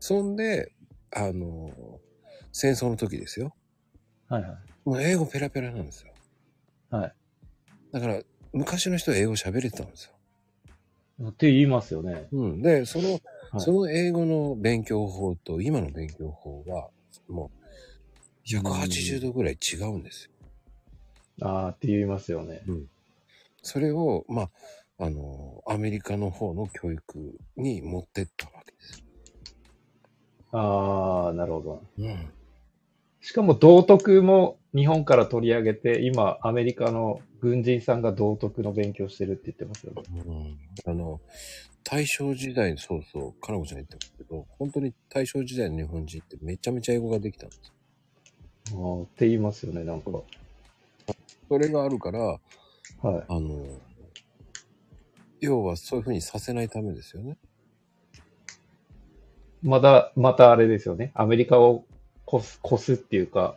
A: そんで、あの、戦争の時ですよ。
C: はいはい。
A: もう英語ペラペラなんですよ。
C: はい。
A: だから、昔の人は英語喋れてたんですよ。
C: って言いますよね。
A: うん。で、その、
C: はい
A: その英語の勉強法と今の勉強法は、もう、180度ぐらい違うんですよ。
C: ああ、って言いますよね。
A: それを、まあ、あの、アメリカの方の教育に持ってったわけです。
C: ああ、なるほど。
A: うん。
C: しかも道徳も日本から取り上げて、今、アメリカの軍人さんが道徳の勉強してるって言ってますよね。
A: うん、あの、大正時代、そうそう、かなこちゃん言ってますけど、本当に大正時代の日本人ってめちゃめちゃ英語ができたんですよ。
C: あーって言いますよね、なんか。
A: それがあるから、
C: はい。
A: あの、要はそういうふうにさせないためですよね。
C: また、またあれですよね。アメリカをこす、こすっていうか、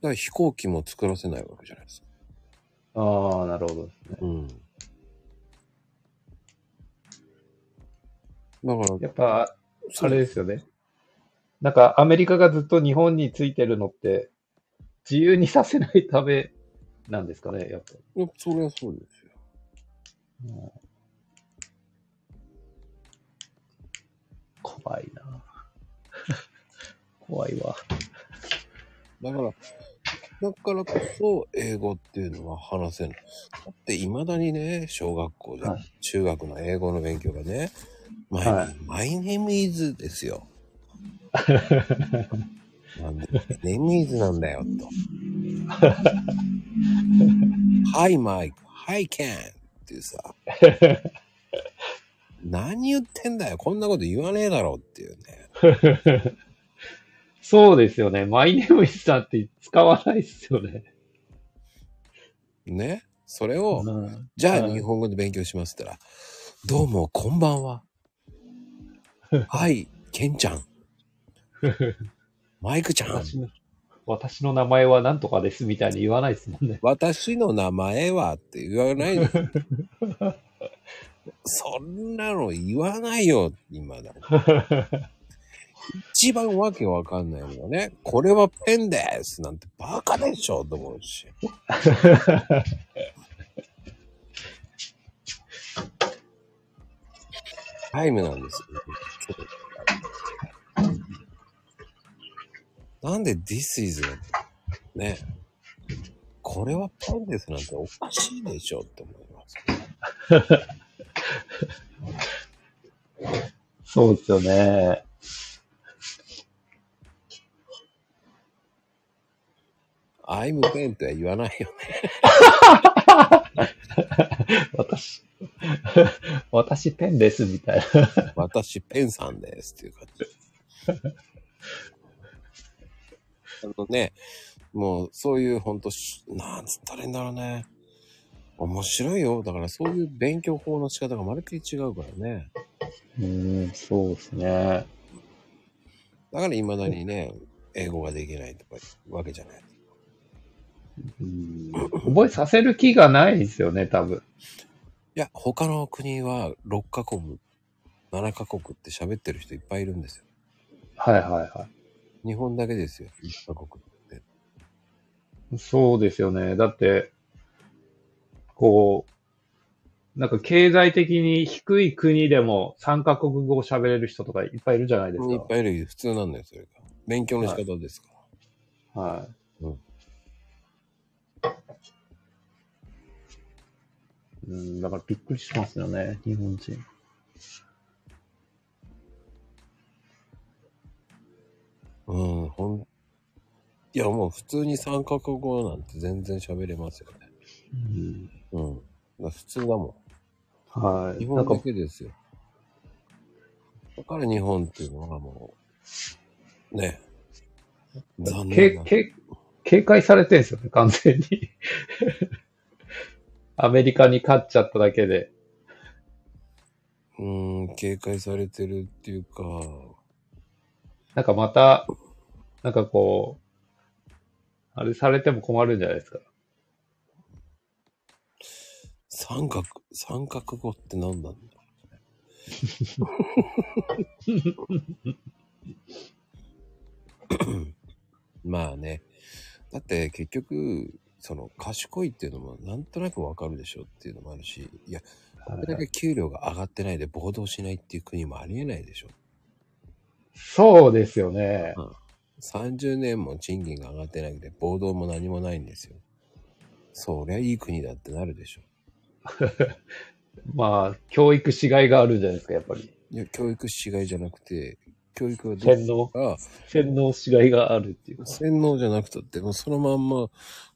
A: だから飛行機も作らせないわけじゃないですか。
C: ああ、なるほどですね。
A: うん。だから、
C: やっぱ、
A: そ
C: あれですよね。なんか、アメリカがずっと日本についてるのって、自由にさせないためなんですかね、やっぱ。
A: いやそれはそうですよ。
C: 怖いな怖いわ。
A: だから、だからこそ英語っていうのは話せる。だって未だにね、小学校で、
C: は
A: 中学の英語の勉強がね、マイ、
C: は
A: マイネームイズです よ。なんで、ネームイズなんだよ、と。はい、マイク。はい、ケン。っていうさ。何言ってんだよ。こんなこと言わねえだろうっていうね。
C: そうですよね。マイネームイズなんて使わないですよね。
A: ね。それを、
C: うん
A: じゃあ
C: はい
A: 日本語で勉強しますって言ったら、どうも、こんばん は。はい、ケンちゃん。マイクちゃん。
C: 私の私の名前はなんとかですみたいに言わないですもんね。
A: 私の名前はって言わないの。そんなの言わないよ、今だ。一番わけわかんないのはね、これはペンですなんてバカでしょと思うし。タイムなんですよ。なんで This is なんてね。これはペンですなんておかしいでしょって思います。
C: そうですよね。
A: I'm ペンっては言わないよね。
C: 私、 私ペンですみたいな。
A: 私ペンさんですっていう感じ。あのね、もうそういうほんとし、なんつったらいいんだろうね。面白いよ。だからそういう勉強法の仕方がまるっきり違うからね。
C: うん、そうですね。
A: だから未だにね、英語ができないとかわけじゃない。
C: うん覚えさせる気がないですよね、多分。
A: いや、他の国は6カ国、7カ国って喋ってる人いっぱいいるんですよ。
C: はいはいは
A: 日本だけですよ、1カ国って。
C: い。そうですよね。だって、こう、なんか経済的に低い国でも3カ国語を喋れる人とかいっぱいいるじゃないです
A: いっ
C: か。
A: ぱいいるよ、普通なんだよ、それが。勉強の仕方ですから。
C: は
A: うん
C: い。うん、だからびっくりしますよね、日本人。
A: うん、ほん、いや、もう普通に三カ国語なんて全然喋れますよね。
C: うん、
A: うん。だから普通だも
C: は
A: ん。日
C: い。な
A: 本
C: んか
A: だけですよ。だから日本っていうのはもう、ね。残念
C: け
A: な。
C: け警戒されてるんですよね、完全に。 アメリカに勝っちゃっただけで。
A: うん、警戒されてるっていうか、
C: なんかまた、なんかこう、あれされても困るんじゃないですか。
A: 三角、三角語って何なんだろうねまあね。だって結局、その賢いっていうのもなんとなくわかるでしょっていうのもあるし、いや、これだけ給料が上がってないで暴動しないっていう国もありえないでしょ。
C: そうですよね。
A: 30年も賃金が上がってなくて暴動も何もないんですよ。そりゃいい国だってなるでしょ。
C: まあ、教育しがいがあるんじゃないですか、やっぱり。
A: いや、教育しがいじゃなくて、教育はどう
C: 洗脳、
A: か、
C: 洗脳しがいがあるっていうか。
A: 洗脳じゃなくたって、もうそのまんま、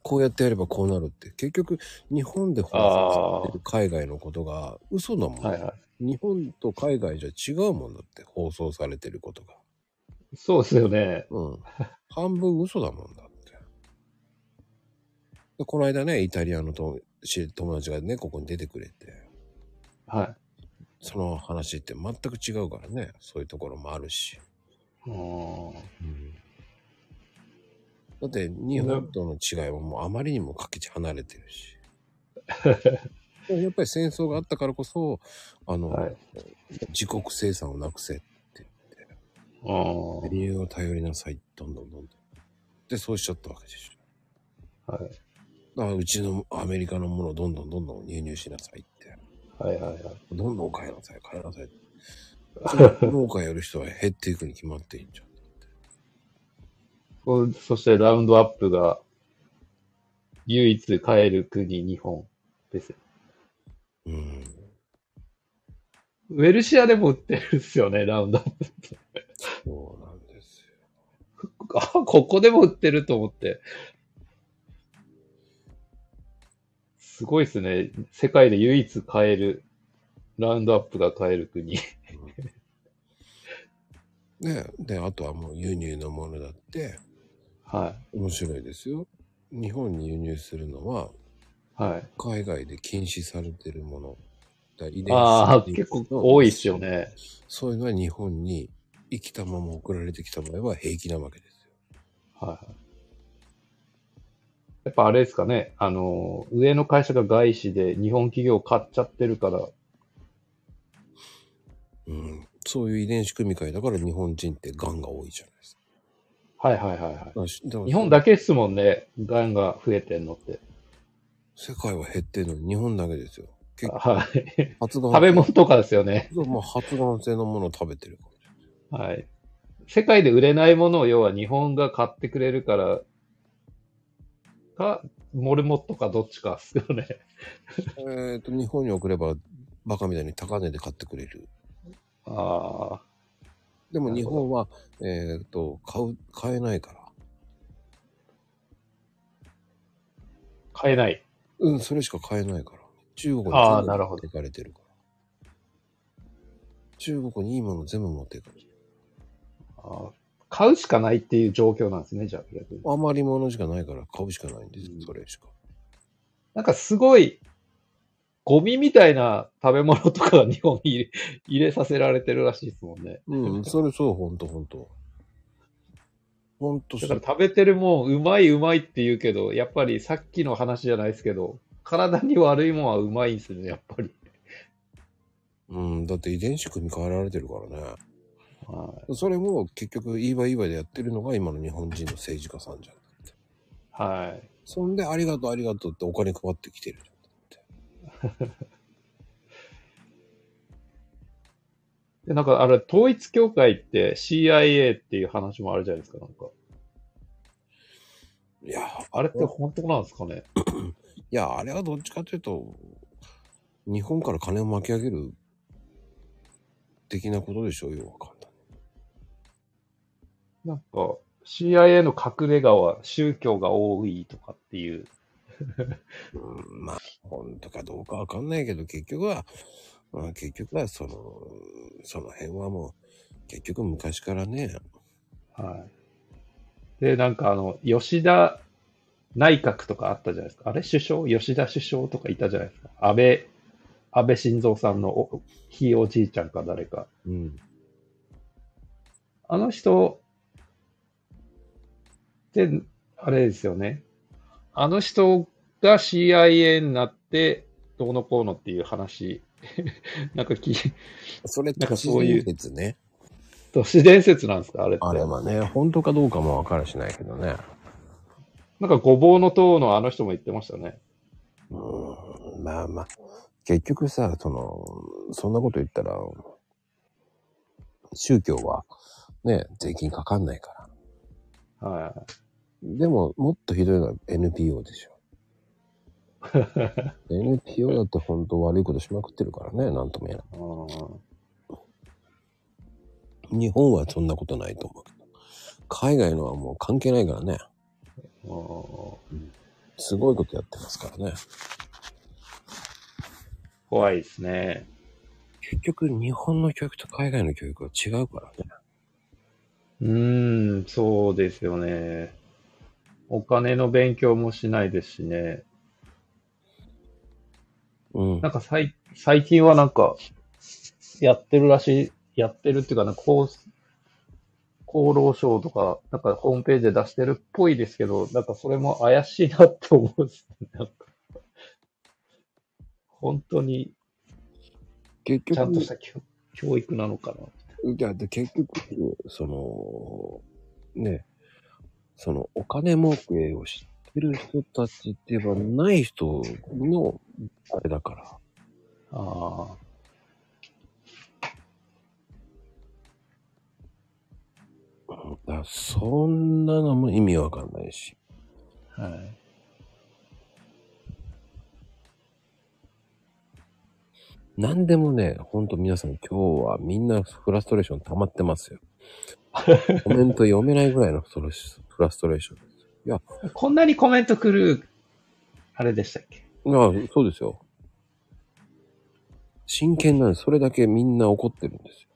A: こうやってやればこうなるって。結局、日本で放送されてる海外のことが嘘だもん、
C: はいは
A: 日本と海外じゃ違うもんだって、放送されてることが。
C: い。 そうですよね。
A: うん。半分嘘だもんだって。で、この間ね、イタリアのと知り友達がね、ここに出てくれて、
C: は
A: その話って全く違うからね、そういうところもあるし。
C: い。おー
A: だって、日本との違いはもうあまりにもかけち離れてる し。でもやっぱり戦争があったからこそ、あの、
C: はい。
A: 自国生産をなくせ、
C: おー
A: 理由を頼りなさい、どんどんどんどん。で、そうしちゃったわけでしょ。
C: はい。
A: だからうちのアメリカのものをどんどんどんどん輸入しなさいって。
C: はいはいはい。
A: どんどん買いなさい、買いな さい。その農家やる人は減っていくに決まっていいんじゃん。
C: こうそしてラウンドアップが唯一買える国、日本ですよ。
A: うん。
C: ウェルシアでも売ってるっすよね、ラウンドアップ。
A: そうなんですよ。
C: あ、ここでも売ってると思って。すごいですね。世界で唯一買える、ラウンドアップが買える国。
A: ねで、あとはもう輸入のものだって
C: は
A: 面白いですよ。日本に輸入するのは
C: い。はい。
A: 海外で禁止されてるもの。だから遺伝子
C: ああ、
A: 遺
C: 結
A: 伝子
C: 構
A: の
C: 多いっすよ。ね。
A: そういうのは日本に生きたまま送られてきた場合は平気なわけですよ。
C: はいはい。やっぱあれですかね。あの、上の会社が外資で日本企業を買っちゃってるから。
A: うん。そういう遺伝子組み換えだから日本人って癌が多いじゃないですか
C: はいはいはいは
A: だからし。だから
C: い。日本だけっすもんね。がんが増えてんのって。
A: 世界は減ってるのに日本だけですよ。結局
C: はい。
A: 発がん
C: 食べ物とかですよね。
A: そうまあ、発がん性のものを食べてるから。
C: はい。世界で売れないものを要は日本が買ってくれるから、か、モルモットかどっちかっすよね。
A: えっ、と、日本に送れば、バカみたいに高値で買ってくれる。
C: あ
A: でも
C: な
A: 日
C: るほ
A: 本は、えっ、と、買う、買えないから。
C: あ、買えない。
A: うん、それしか買えないから。中国に
C: あー
A: 全部
C: なる
A: 持
C: ほ
A: っ
C: ど
A: ていかれてるから。中国にいいもの全部持っていかれてる。
C: ああ買うしかないっていう状況なんですね、じゃあ逆に。
A: 余り物しかないから買うしかないんですよ、
C: うん
A: それしか。
C: なんかすごい、ゴミみたいな食べ物とかが日本に入れ入れさせられてるらしいですもんね。
A: うん、それそう、ほんとほんと。ほんとそ
C: だ
A: う
C: から食べてるもん、うまいうまいって言うけど、やっぱりさっきの話じゃないですけど、体に悪いもんはうまいんすね、やっぱり。
A: うん、だって遺伝子組み換えられてるからね。
C: はい
A: それも結局、いいばいいばいでやってるのが今の日本人の政治家さんじゃん。
C: はい。
A: そんで、ありがとう、ありがとうってお金配ってきてる。
C: で、なんか、あれ、統一教会って CIA っていう話もあるじゃないですか、なんか。
A: いや、
C: あれって本当なんですかね。
A: いや、あれはどっちかというと、日本から金を巻き上げる、的なことでしょう、よ、わかんない。
C: なんか、CIA の隠れ家は宗教が多いとかっていう。
A: うん、まあ、本当かどうかわかんないけど、結局は、まあ、結局は、その、その辺はもう、結局昔からね、
C: はい。で、なんかあの、吉田内閣とかあったじゃないですか。あれ首相吉田首相とかいたじゃないですか。安倍、安倍晋三さんのおひいおじいちゃんか誰か。
A: うん、
C: あの人って、あれですよね。あの人が CIA になって、どうのこうのっていう話。 なんかき、
A: それ、
C: なんかそういう
A: ですね。
C: 都市伝説なんですかあれって。
A: あれはね、本当かどうかもわからしないけどね。
C: なんかごぼうの塔のあの人も言ってましたね。
A: うーんまあまあ、結局さ、その、そんなこと言ったら、宗教はね、税金かかんないから。
C: は。
A: でも、もっとひどいのは NPO でしょ。NPO だって本当悪いことしまくってるからね、なんとも言えない
C: うん
A: い。日本はそんなことないと思うけど。海外のはもう関係ないからね。
C: うん
A: すごいことやってますからね。
C: 怖いですね。
A: 結局、日本の教育と海外の教育は違うからね。
C: うーん、そうですよね。お金の勉強もしないですしね。
A: うん。
C: なんかさい最近はなんか、やってるらしい、やってるっていうかな、厚厚労省とか、なんかホームページで出してるっぽいですけど、なんかそれも怪しいなって思うんですね。なんか本当に
A: 結
C: ちゃんとし
A: 局、
C: た教教育なのかな。
A: いや、で結局、その、ね、そのお金儲けを知ってる人たちって言えばない人の、あれだから。
C: ああ。
A: だからそんなのも意味わかんないし。
C: はい。
A: 何でもね、ほんと皆さん今日はみんなフラストレーション溜まってますよ。コメント読めないぐらいのフラスフラストレーションです。いや、
C: こんなにコメント来る、あれでしたっけ
A: いやそうですよ。真剣なんです。それだけみんな怒ってるんです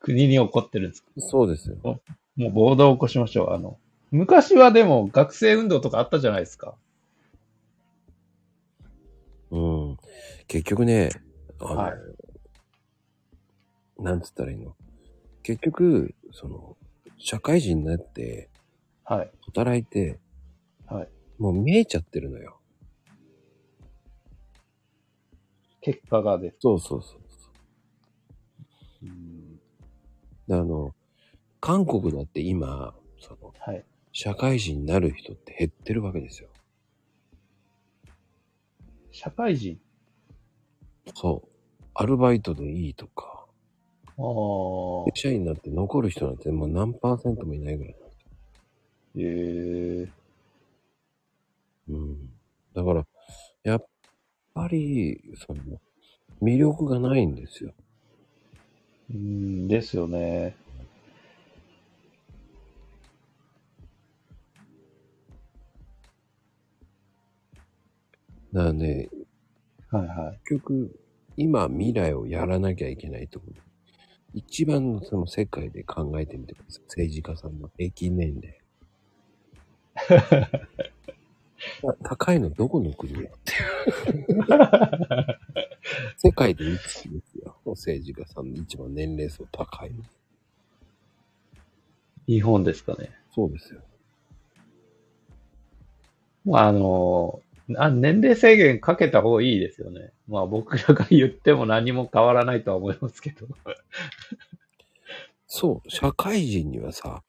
C: 国に怒ってるんですか
A: よ。そうですよ。
C: もう暴動を起こしましょう。あの、昔はでも学生運動とかあったじゃないですか。
A: うん。結局ね、あの、
C: はい
A: なんつったらいいの。結局、その、社会人になって、
C: はい。
A: 働いて、
C: はい。
A: もう見えちゃってるのよ。
C: 結果がです。
A: そうそうそう。であの、韓国だって今、その、
C: はい。
A: 社会人になる人って減ってるわけですよ。
C: 社会人。
A: そう。アルバイトでいいとか、
C: ああ。
A: 社員になって残る人なんてもう何パーセントもいないぐらい。
C: ええ
A: うん。だから、やっぱり、その、魅力がないんですよ。
C: うん、ですよね。
A: だからね、
C: はいはい。
A: 結局、今未来をやらなきゃいけないところ。一番のその世界で考えてみてください。政治家さんの平均年齢。まあ高いのどこの国だって。世界で一位ですよ。政治家さんの一番年齢層高いの。
C: 日本ですかね。
A: そうですよ。
C: まあ、あのあ、年齢制限かけた方がいいですよね。まあ僕らが言っても何も変わらないとは思いますけど。
A: そう、社会人にはさ、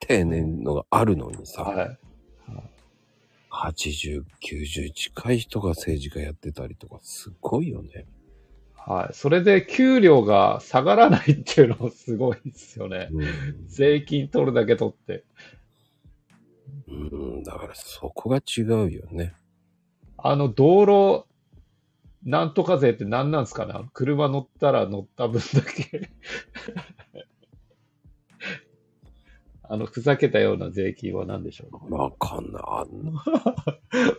A: 定年のがあるのにさ、
C: はい。
A: 80、90近い人が政治家やってたりとか、すごいよね。
C: はい。それで給料が下がらないっていうのもすごいですよね。
A: うん
C: 税金取るだけ取って。
A: うん、だからそこが違うよね。
C: あの道路、なんとか税って何なんですかねあの車乗ったら乗った分だけ。あの、ふざけたような税金は何でしょうね
A: わかんない。あんな。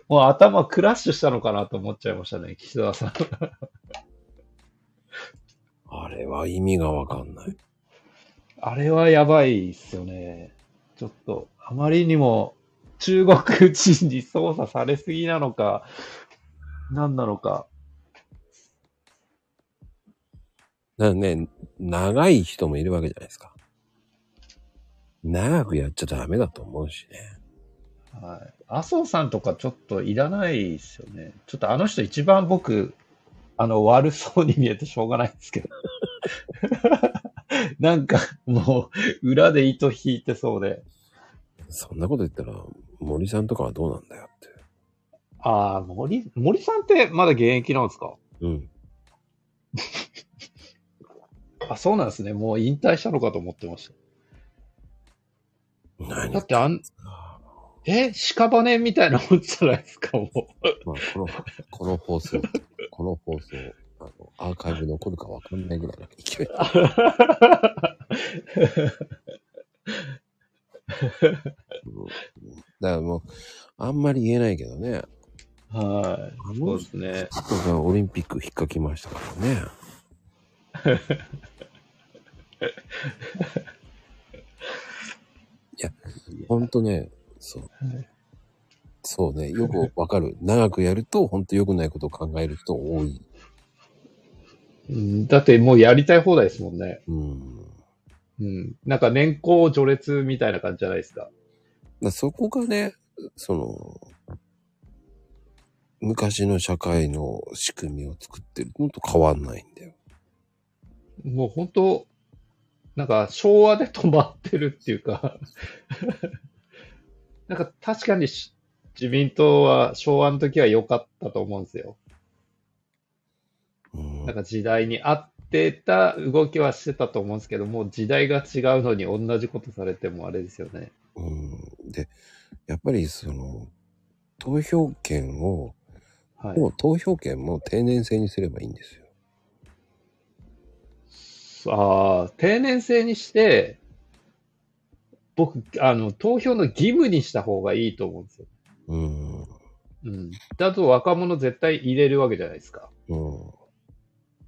C: もう頭クラッシュしたのかなと思っちゃいましたね、岸田さん。
A: あれは意味がわかんない。
C: あれはやばいっすよね。ちょっと、あまりにも中国人に操作されすぎなのか、何なのか。
A: だからね、長い人もいるわけじゃないですか。長くやっちゃダメだと思うしね。
C: はい。麻生さんとかちょっといらないっすよね。ちょっとあの人一番僕、あの、悪そうに見えてしょうがないんですけど。 なんか、もう、裏で糸引いてそうで。
A: そんなこと言ったら、森さんとかはどうなんだよって。
C: ああ、森、森さんってまだ現役なんですか
A: うん。
C: あ、そうなんですね。もう引退したのかと思ってまし
A: 何ま
C: た。
A: あ
C: だってあん、え屍みたいなもんじゃないですか、もう。
A: この、この放送、この放送、あの、アーカイブ残るかわかんないぐらいの勢い。うんだからもう、あんまり言えないけどね。
C: はい。
A: あ
C: そ
A: の
C: うですね。
A: 人がオリンピック引っかきましたからね。ほんとね、そう
C: はい。
A: そうね、よくわかる。長くやると、ほんと良くないことを考える人多い。
C: うんだってもうやりたい放題ですもんね。
A: うん。だか
C: うん。なんか年功序列みたいな感じじゃないですか。
A: らそこがね、その、昔の社会の仕組みを作ってるのと変わんないんだよ。
C: もう本当なんか昭和で止まってるっていうか、 なんか確かにし自民党は昭和の時は良かったと思うんですよ。
A: うん
C: なんか時代に合ってた動きはしてたと思うんですけど、もう時代が違うのに同じことされてもあれですよね。
A: うん、で、やっぱりその、投票権を、
C: はい。
A: もう投票権も定年制にすればいいんですよ。
C: ああ、定年制にして、僕、あの、投票の義務にした方がいいと思うんですよ。
A: うん。
C: うん。だと若者絶対入れるわけじゃないですか。
A: うん。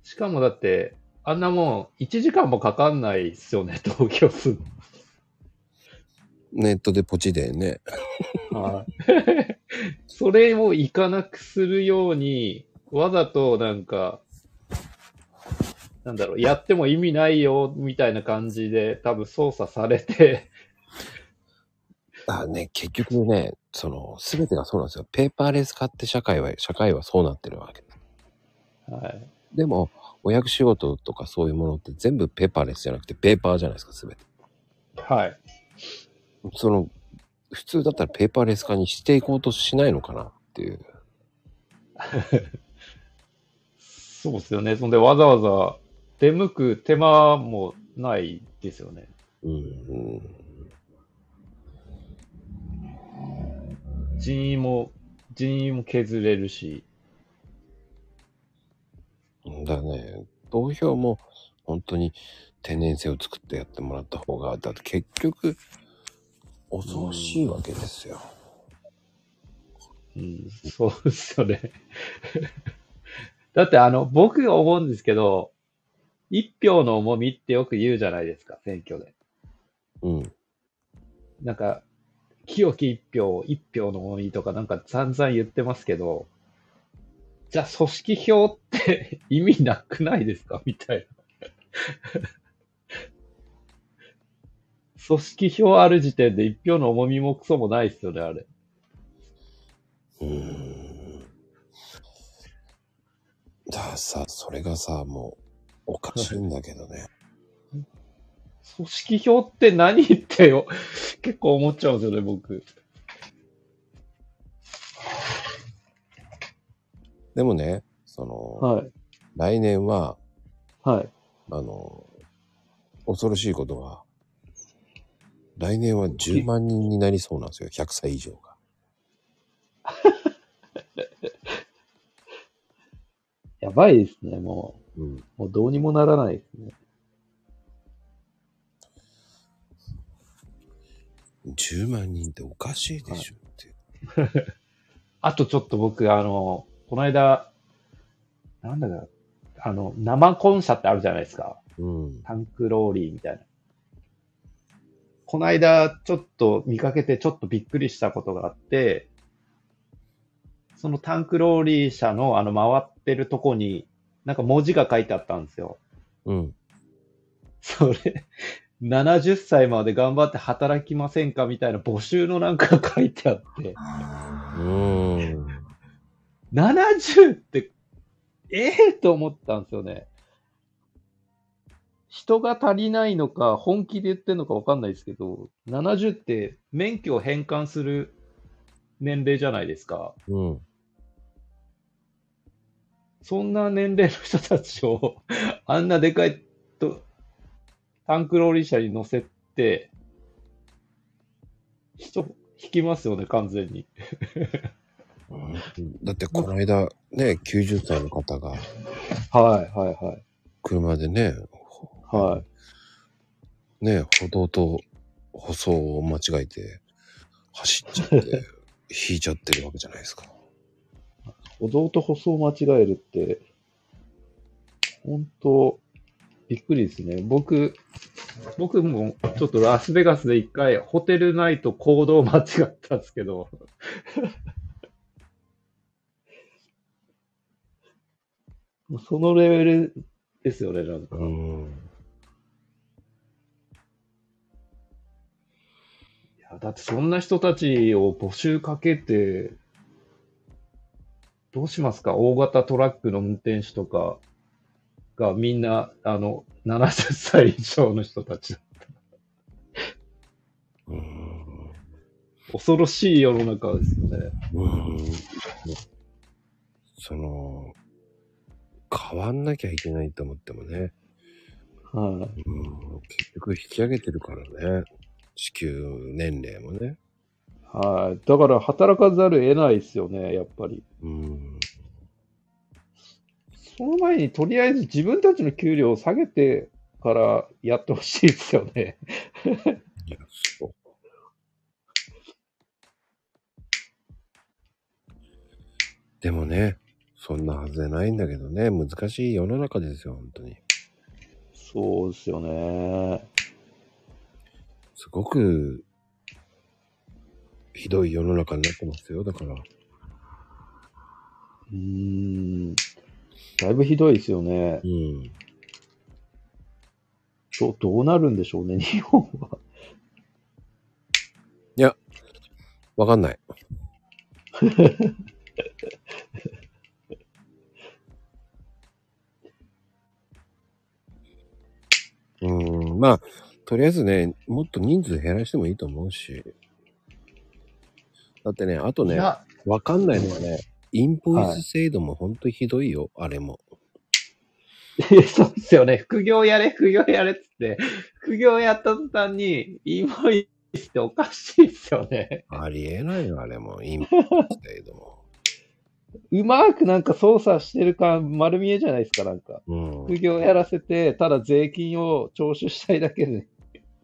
C: しかもだって、あんなもん、1時間もかかんないっすよね、投票する
A: ネットでポチでね。
C: の。はい。 それをいかなくするように、わざとなんか、なんだろう、やっても意味ないよ、みたいな感じで、多分操作されて、
A: あね、結局ね、その、すべてがそうなんですよ。ペーパーレス化って社会は、社会はそうなってるわけ。
C: はい。
A: でも、お役仕事とかそういうものって全部ペーパーレスじゃなくてペーパーじゃないですか、すべて。
C: はい。
A: その、普通だったらペーパーレス化にしていこうとしないのかなっていう。
C: そうですよね。そんでわざわざ出向く手間もないですよね。
A: うん。
C: 人員も、人員も削れるし。
A: だね、投票も本当に定年制を作ってやってもらった方が、だって結局、恐ろしいわけですよ。
C: うん、そうですよね。だってあの、僕が思うんですけど、一票の重みってよく言うじゃないですか、選挙で。
A: うん。
C: なんか、清き一票、一票の重みとかなんか散々言ってますけど、じゃあ組織票って 意味なくないですかみたいな。組織票ある時点で一票の重みもクソもないですよね、あれ。
A: うーん。だからさ、それがさ、もう、おかしいんだけどね。
C: 組織票って何ってよ、結構思っちゃうんですよね、僕。
A: でもね、その、
C: はい。
A: 来年は、
C: はい。
A: あの、恐ろしいことが、来年は10万人になりそうなんですよ、100歳以上が。
C: やばいですね、も
A: うん。
C: う。もうどうにもならないですね。
A: 10万人っておかしいでしょっていう。
C: あとちょっと僕、あの、この間、なんだか、あの、生コンサってあるじゃないですか。
A: うん。
C: タンクローリーみたいな。この間、ちょっと見かけて、ちょっとびっくりしたことがあって、そのタンクローリー車のあの回ってるとこに、なんか文字が書いてあったんですよ。
A: うん。
C: それ、70歳まで頑張って働きませんかみたいな募集のなんか書いてあって、
A: うーん。
C: 70って、ええと思ったんですよね。人が足りないのか、本気で言ってるのかわかんないですけど、70って免許を返還する年齢じゃないですか。
A: うん。
C: そんな年齢の人たちを、 あんなでかいと、タンクローリー車に乗せて、人、引きますよね、完全に。
A: だってこの間ね、90歳の方が
C: はい、はい、はい。
A: 車でね、
C: はい。
A: ね、歩道と舗装を間違えて走っちゃ って、引いちゃってるわけじゃないですか。
C: 歩道と舗装を間違えるって、本当びっくりですね。僕、僕もちょっとラスベガスで一回ホテルナイト行動間違ったんですけど。 もうそのレベルですよね、なんか。
A: うん。
C: いや、だってそんな人たちを募集かけて、どうしますか大型トラックの運転手とかがみんな、あの、70歳以上の人たち。
A: うん。
C: 恐ろしい世の中ですよね。
A: うん。その、変わんなきゃいけないと思ってもね。
C: はい、
A: うん。結局引き上げてるからね。支給年齢もね。
C: はい、だから働かざるを得ないですよね、やっぱり。
A: うん。
C: その前にとりあえず自分たちの給料を下げてからやってほしいですよね。
A: いや、そう。でもね、そんなはずでないんだけどね、難しい世の中ですよ、本当に。
C: そうですよね。
A: すごく、ひどい世の中になってますよ、だから。
C: うーん。だいぶひどいですよね。
A: うん。
C: どどうなるんでしょうね、 日本は。
A: わかん ない。うん、まあ、とりあえずね、もっと人数減らしてもいいと思うし。だってね、あとね、
C: や、
A: わかんないのはね、インボイス制度もほんとひどいよ、あれも。
C: そうですよね。 副業やれ、副業やれっつって、副業やった途端に、インボイスっておかしいですよね。
A: ありえないよ、あれも。インボイス制度 も。
C: うまくなんか操作してる感丸見えじゃないですか、なんか。
A: うん
C: 副。業やらせて、ただ税金を徴収したいだけで、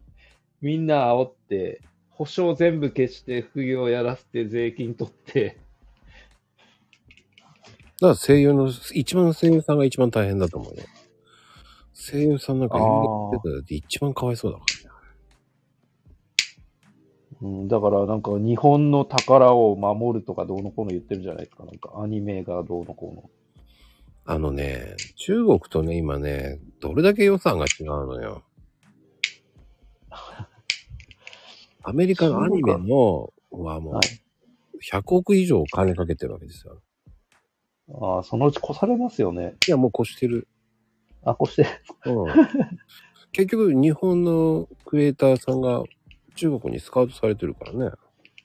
C: みんな煽って、保証全部消して、副業やらせて、税金取って、
A: だから声優の、一番声優さんが一番大変だと思うよ。声優さんなんかインボイス制度だって一番かわいそうだからね。
C: うん、だからなんか日本の宝を守るとかどうのこうの言ってるじゃないですか、なんかアニメがどうのこうの。
A: あのね、中国とね、今ね、どれだけ予算が違うの よ。アメリカのアニメの、はも
C: は
A: う、100億以上お金かけてるわけですよ。
C: ああ、そのうち越されますよね。
A: いや、もう越してる。
C: あ、越して。
A: うん、結局日本のクリエイターさんが中国にスカウトされてるからね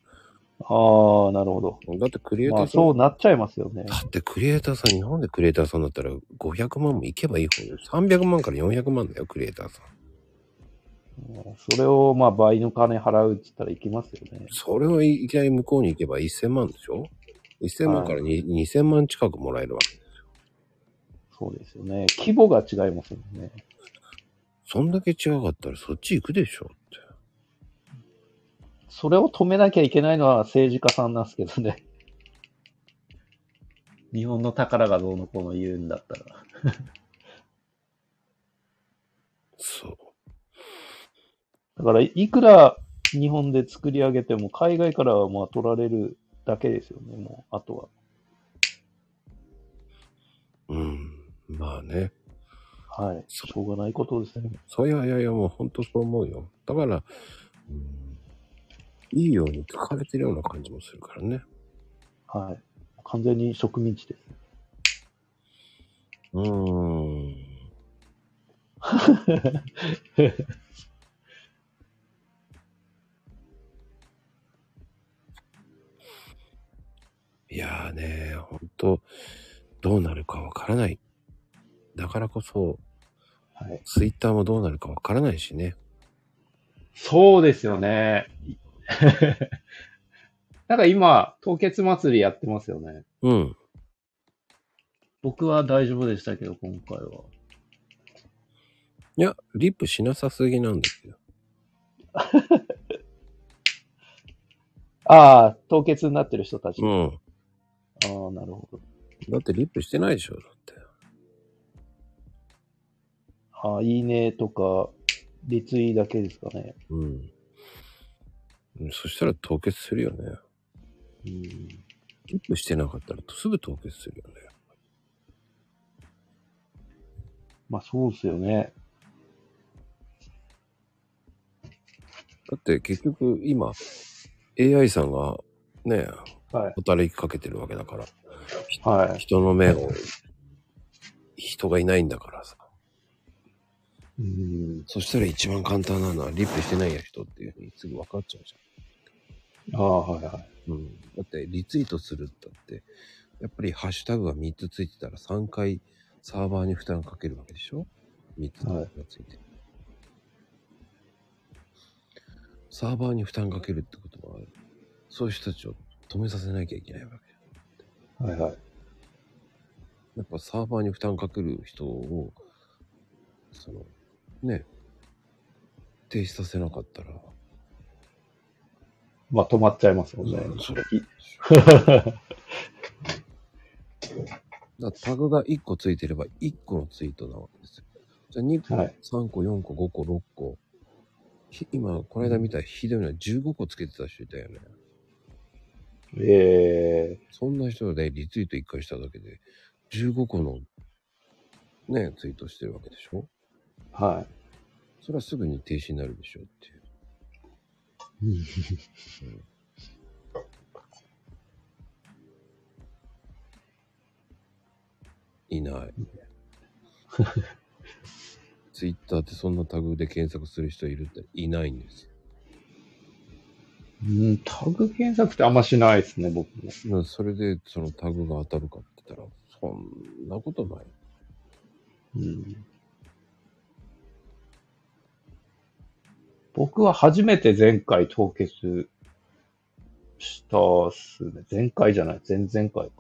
C: ああ、なるほど。
A: だってクリエイタ
C: ま
A: ー
C: あ、
A: さん、
C: そうなっちゃいますよね。
A: だってクリエイターさん日本でクリエイターさんだったら500万もいけばいい方よ300万から400万だよクリエイターさん
C: それをまあ倍の金払うって言ったら行きますよね。
A: それをいきなり向こうに行けば1000万でしょ1000万からに2000万近くもらえるわけ
C: そうですよね。規模が違いますよね。
A: そんだけ違かったらそっち行くでしょって
C: それを止めなきゃいけないのは政治家さんなんですけどね。 日本の宝がどうのこうの言うんだったら。
A: そう
C: だから、いくら日本で作り上げても、海外からはまあ取られるだけですよね、もう、あとは。
A: うんまあね
C: はい。しょうがないことですね。
A: そういやいやいや、もう本当そう思うよ。だから、うん、いいように疲れてるような感じもするからね。
C: はい。完全に植民地です。
A: うーん。 いやーね、本当どうなるかわからない。だからこそ、
C: はい。
A: ツイッターもどうなるかわからないしね。
C: そうですよね。 なんか今、凍結祭りやってますよね。
A: うん。
C: 僕は大丈夫でしたけど、今回は。
A: いや、リップしなさすぎなんですよ。
C: ああ、凍結になってる人たち。
A: う
C: あ
A: ん。
C: あ、なるほど。
A: だってリップしてないでしょ、だって。
C: ああ、いいねとか、立位だけですかね。
A: うん。うんそしたら凍結するよね。
C: うん。
A: キープしてなかったらすぐ凍結するよね。
C: まあそうですよね。
A: だって結局今、AI さんがね、
C: はい。
A: 働きかけてるわけだから、
C: はい。
A: 人の目を、人がいないんだからさ。
C: うん。
A: そしたら一番簡単なのはリップしてないや人っていうふうにすぐ分かっちゃうじ
C: ああ、はいはい。
A: ゃん。うん。だってリツイートするったって、やっぱりハッシュタグが3つついてたら3回サーバーに負担かけるわけでしょ ?3 つがついてる。サーバーに負担かけるってことは、そういう人たちを止めさせなきゃいけないわけ。
C: はいはい。
A: やっぱサーバーに負担かける人を、その、ね、停止させなかったら、
C: まあ止まっちゃいますもんね。
A: それだからタグが1個ついてれば1個のツイートなわけですよ。じゃあ2個、
C: はい
A: 3個、4個、5個、6個。ひ今、この間見たひどいのは15個つけてた人いたよね。
C: ええ
A: そんな人でリツイート1回しただけで15個のね、ツイートしてるわけでしょ
C: は
A: それはすぐに停止になるでしょっていう。
C: い。
A: いない。ツイッターってそんなタグで検索する人いるっていないんですよ
C: うん、タグ検索ってあんましないですね、僕も。。
A: なそれでそのタグが当たるかって言ったら、そんなことない。
C: うん、僕は初めて前回凍結したっすね。前回じゃない、前々回か。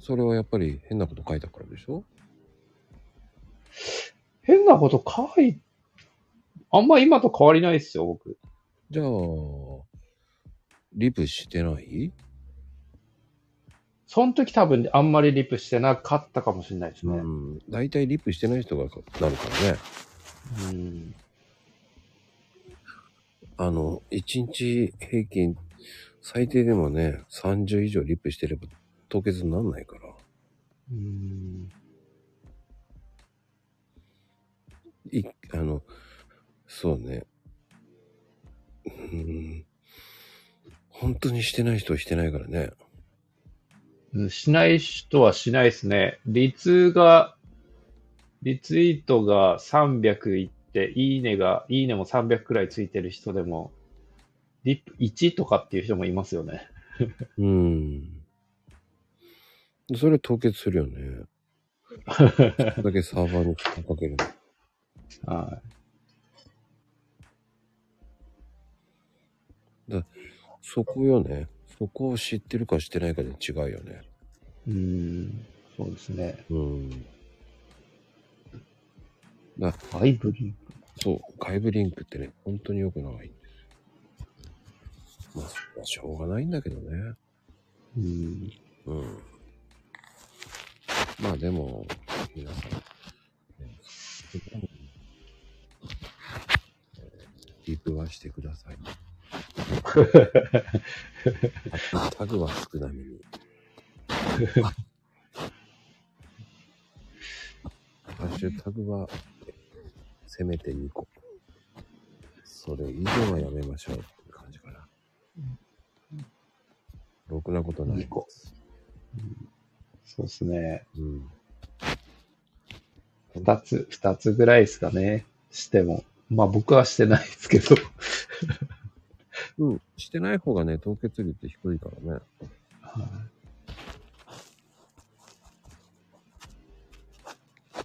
A: それはやっぱり変なこと書いたからでしょ
C: 変なこと書い、あんま今と変わりないっすよ、僕。
A: じゃあ、リプしてない
C: その時多分あんまりリプしてなかったかもしれないですね。
A: ん。大体リプしてない人がなるからね。
C: うん
A: あの、1日平均、最低でもね、30以上リップしてれば凍結にならないから。
C: うん
A: い、あの、そうね。うーん。本当にしてない人はしてないからね。
C: うんしない人はしないですね。リツが、リツイートが300いって、いいねが、いいねも300くらいついてる人でも、リップ1とかっていう人もいますよね。
A: うーん。それは凍結するよね。それだけサーバーに負担かけるの。
C: は
A: そこよね。そこを知ってるか知ってないかで違うよね。
C: い。うん、そうですね。
A: うん。
C: アイブリ
A: そう。外部リンクってね、本当に良くない。まあ、それはしょうがないんだけどね。
C: うん。
A: うん。まあでも、皆さん、ねリプはしてくだ さい。あタグは少なめに。ハッシュタグは、せめて2個。それ以上はやめましょうって感じかな。ろくなことない。
C: 2個。そうですね。
A: うん。
C: 2つ、2つぐらいですかね。しても。まあ僕はしてないですけど。
A: うん。してない方がね、凍結率低いからね。
C: はい
A: だ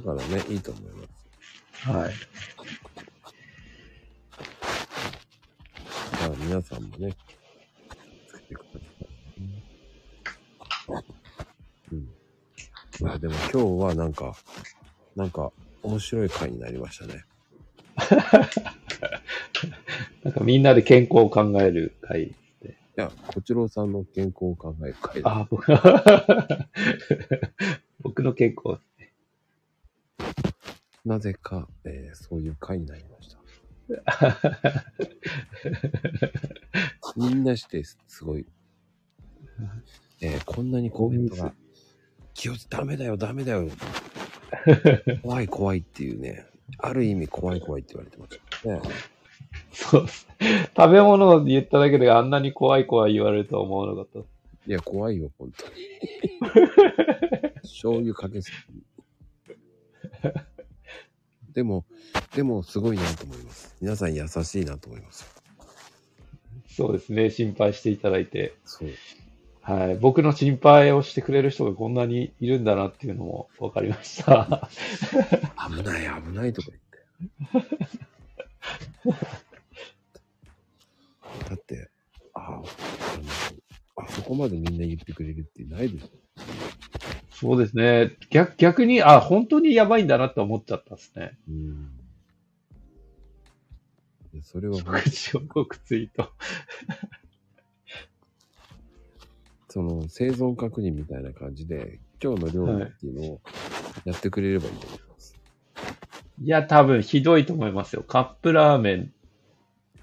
A: からね、いいと思います。
C: はい。
A: だから皆さんもね、作ってください。うん。まあでも今日はなんか、なんか面白い回になりましたね。
C: なんかみんなで健康を考える会。
A: いや、小次郎さんの健康を考える回
C: あ、 僕、僕の健康。
A: なぜか、えーそういう回になりました。みんなしてすごい。えーこんなにコメントが、気をつダメだよ、ダメだよ。怖い、怖いっていうね。ある意味、怖い、怖いって言われてました。ね、
C: そうっす。食べ物を言っただけであんなに怖い怖い言われるとは思わなかった。
A: いや、怖いよ、本当に。醤油かけすぎ。でも、でも、すごいなと思います。皆さん優しいなと思います。
C: そうですね。心配していただいて。
A: そう。
C: はい。僕の心配をしてくれる人がこんなにいるんだなっていうのも分かりました。
A: 危ない危ないとか言 って。だって、ああ、あのあそこまでみんな言ってくれるってないですよ。
C: そうですね。逆、逆に、あ、本当にやばいんだなって思っちゃったですね。
A: うん。いやそれはほん、
C: 告知を告ツイート。
A: その生存確認みたいな感じで、今日の料理っていうのをやってくれればいいと思います。
C: いや、多分ひどいと思いますよ。カップラーメン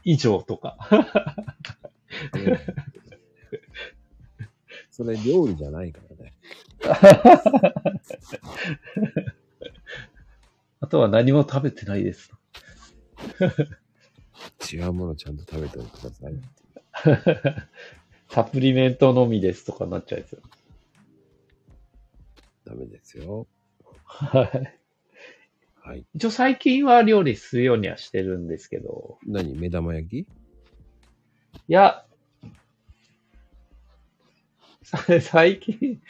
C: 以上とか。
A: ねそれ料理じゃないからね。
C: あとは何も食べてないです。
A: 違うものちゃんと食べておいてください。
C: サプリメントのみですとかなっちゃいますよ。
A: ダメですよ。
C: はい。
A: はい。
C: 一応最近は料理するようにはしてるんですけど。
A: 何目玉焼き
C: いや、 さ最近、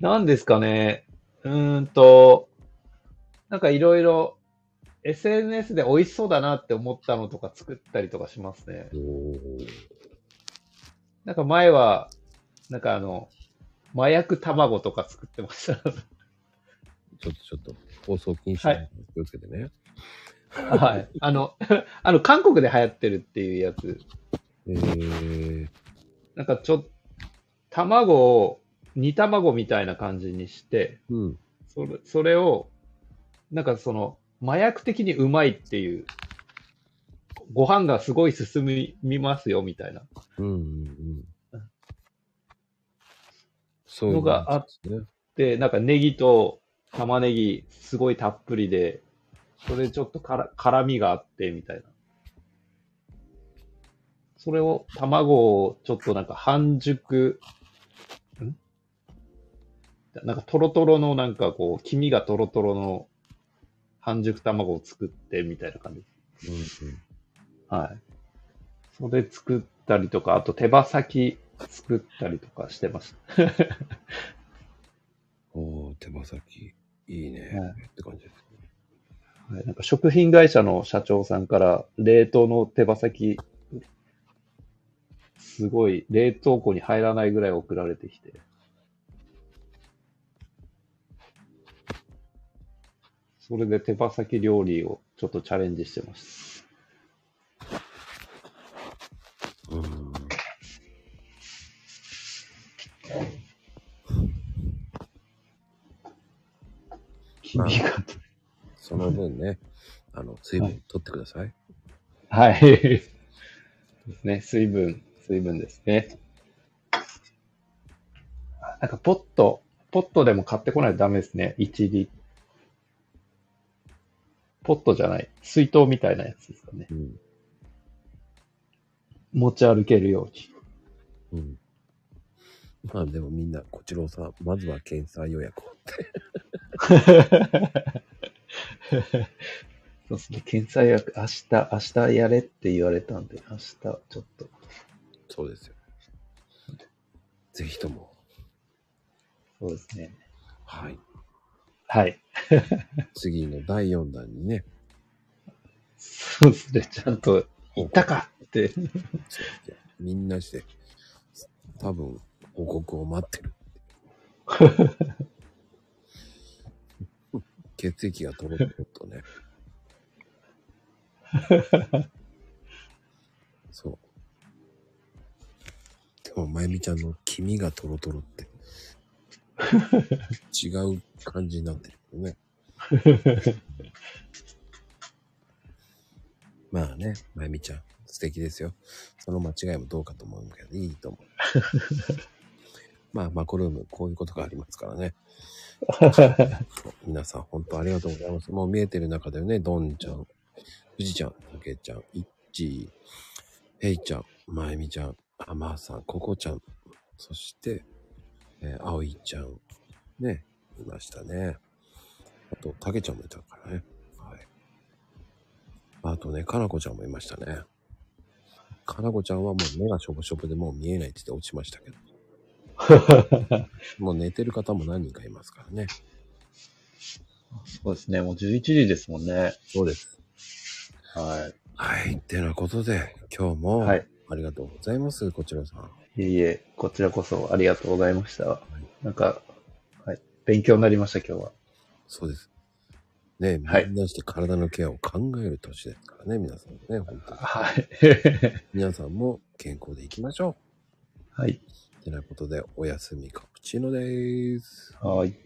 C: 何ですかね。うーんと、なんかいろいろ SNS で美味しそうだなって思ったのとか作ったりとかしますね。
A: おー
C: なんか前は、なんかあの、麻薬卵とか作ってました。
A: ちょっとちょっと、放送禁止、
C: はい
A: 気をつけてね。
C: はい。あの、 あの、韓国で流行ってるっていうやつ。
A: えー、
C: なんかちょ、卵を、煮卵みたいな感じにして、
A: うん。
C: それ、それを、なんかその、麻薬的にうまいっていう、ご飯がすごい進みみますよみたいな
A: うんうんうん。そういう
C: のがあっ
A: ね。
C: て、なんかネギと玉ねぎすごいたっぷりで、それちょっとから辛みがあってみたいな。それを、卵をちょっとなんか半熟、んなんかトロトロのなんかこう、黄身がトロトロの半熟卵を作ってみたいな感じ。
A: うん
C: はい。それ作ったりとか、あと手羽先作ったりとかしてました。
A: うん、おー手羽先。いいね。
C: はい
A: って感じですね。
C: はい、なんか食品会社の社長さんから冷凍の手羽先、すごい冷凍庫に入らないぐらい送られてきて。それで手羽先料理をちょっとチャレンジしてます。
A: うん。
C: 君が。
A: その分ね、あの、水分取ってください。
C: はい。ですね。水分、水分ですね。なんかポット、ポットでも買ってこないとダメですね。1リポットじゃない。水筒みたいなやつですかね。
A: うん。
C: 持ち歩けるように。
A: うん。まあでもみんな、こちろうさん、まずは検査予約を。
C: そうですね。検査予約、明日、明日やれって言われたんで、明日ちょっと。
A: そうですよ。ぜひとも。
C: そうですね。
A: はい。
C: はい。
A: 次の第4弾にね、
C: そうですね。ちゃんと行ったかって。
A: そうですよみんなして、多分、報告を待ってる。血液がとろっとね。そう。でも、まゆみちゃんの黄身がとろとろって、違う感じになってるよね。まあね、まゆみちゃん、素敵ですよ。その間違いもどうかと思うけど、いいと思う。まあ、マコルーム、こういうことがありますからね。皆さん、本当ありがとうございます。もう見えてる中でね、ドンちゃん、富士ちゃん、たけちゃん、いっちー、ペイちゃん、まゆみちゃん、あまーさん、ここちゃん、そして、えー、あおいちゃん、ね、いましたね。あと、たけちゃんもいたからね。はい。あとね、かなこちゃんもいましたね。かなこちゃんはもう目がしょぼしょぼでもう見えないって言って落ちましたけど。もう寝てる方も何人かいますからね。
E: そうですね。もう11時ですもんね。
A: そうです。
E: は
A: はい。ってなことで、今日も、
E: い。はい。
A: ありがとうございます、こちらさん。
E: いえいえ、こちらこそありがとうございました。なんか、はい。勉強になりました、今日は。
A: そうです。ね、み
E: はい
A: んなして体のケアを考える年ですからね、皆さんね、本当に。
E: はい。
A: 皆さんも健康でいきましょ
E: はい。
A: う。ってなことで、おやすみカプチーノです。
E: はい。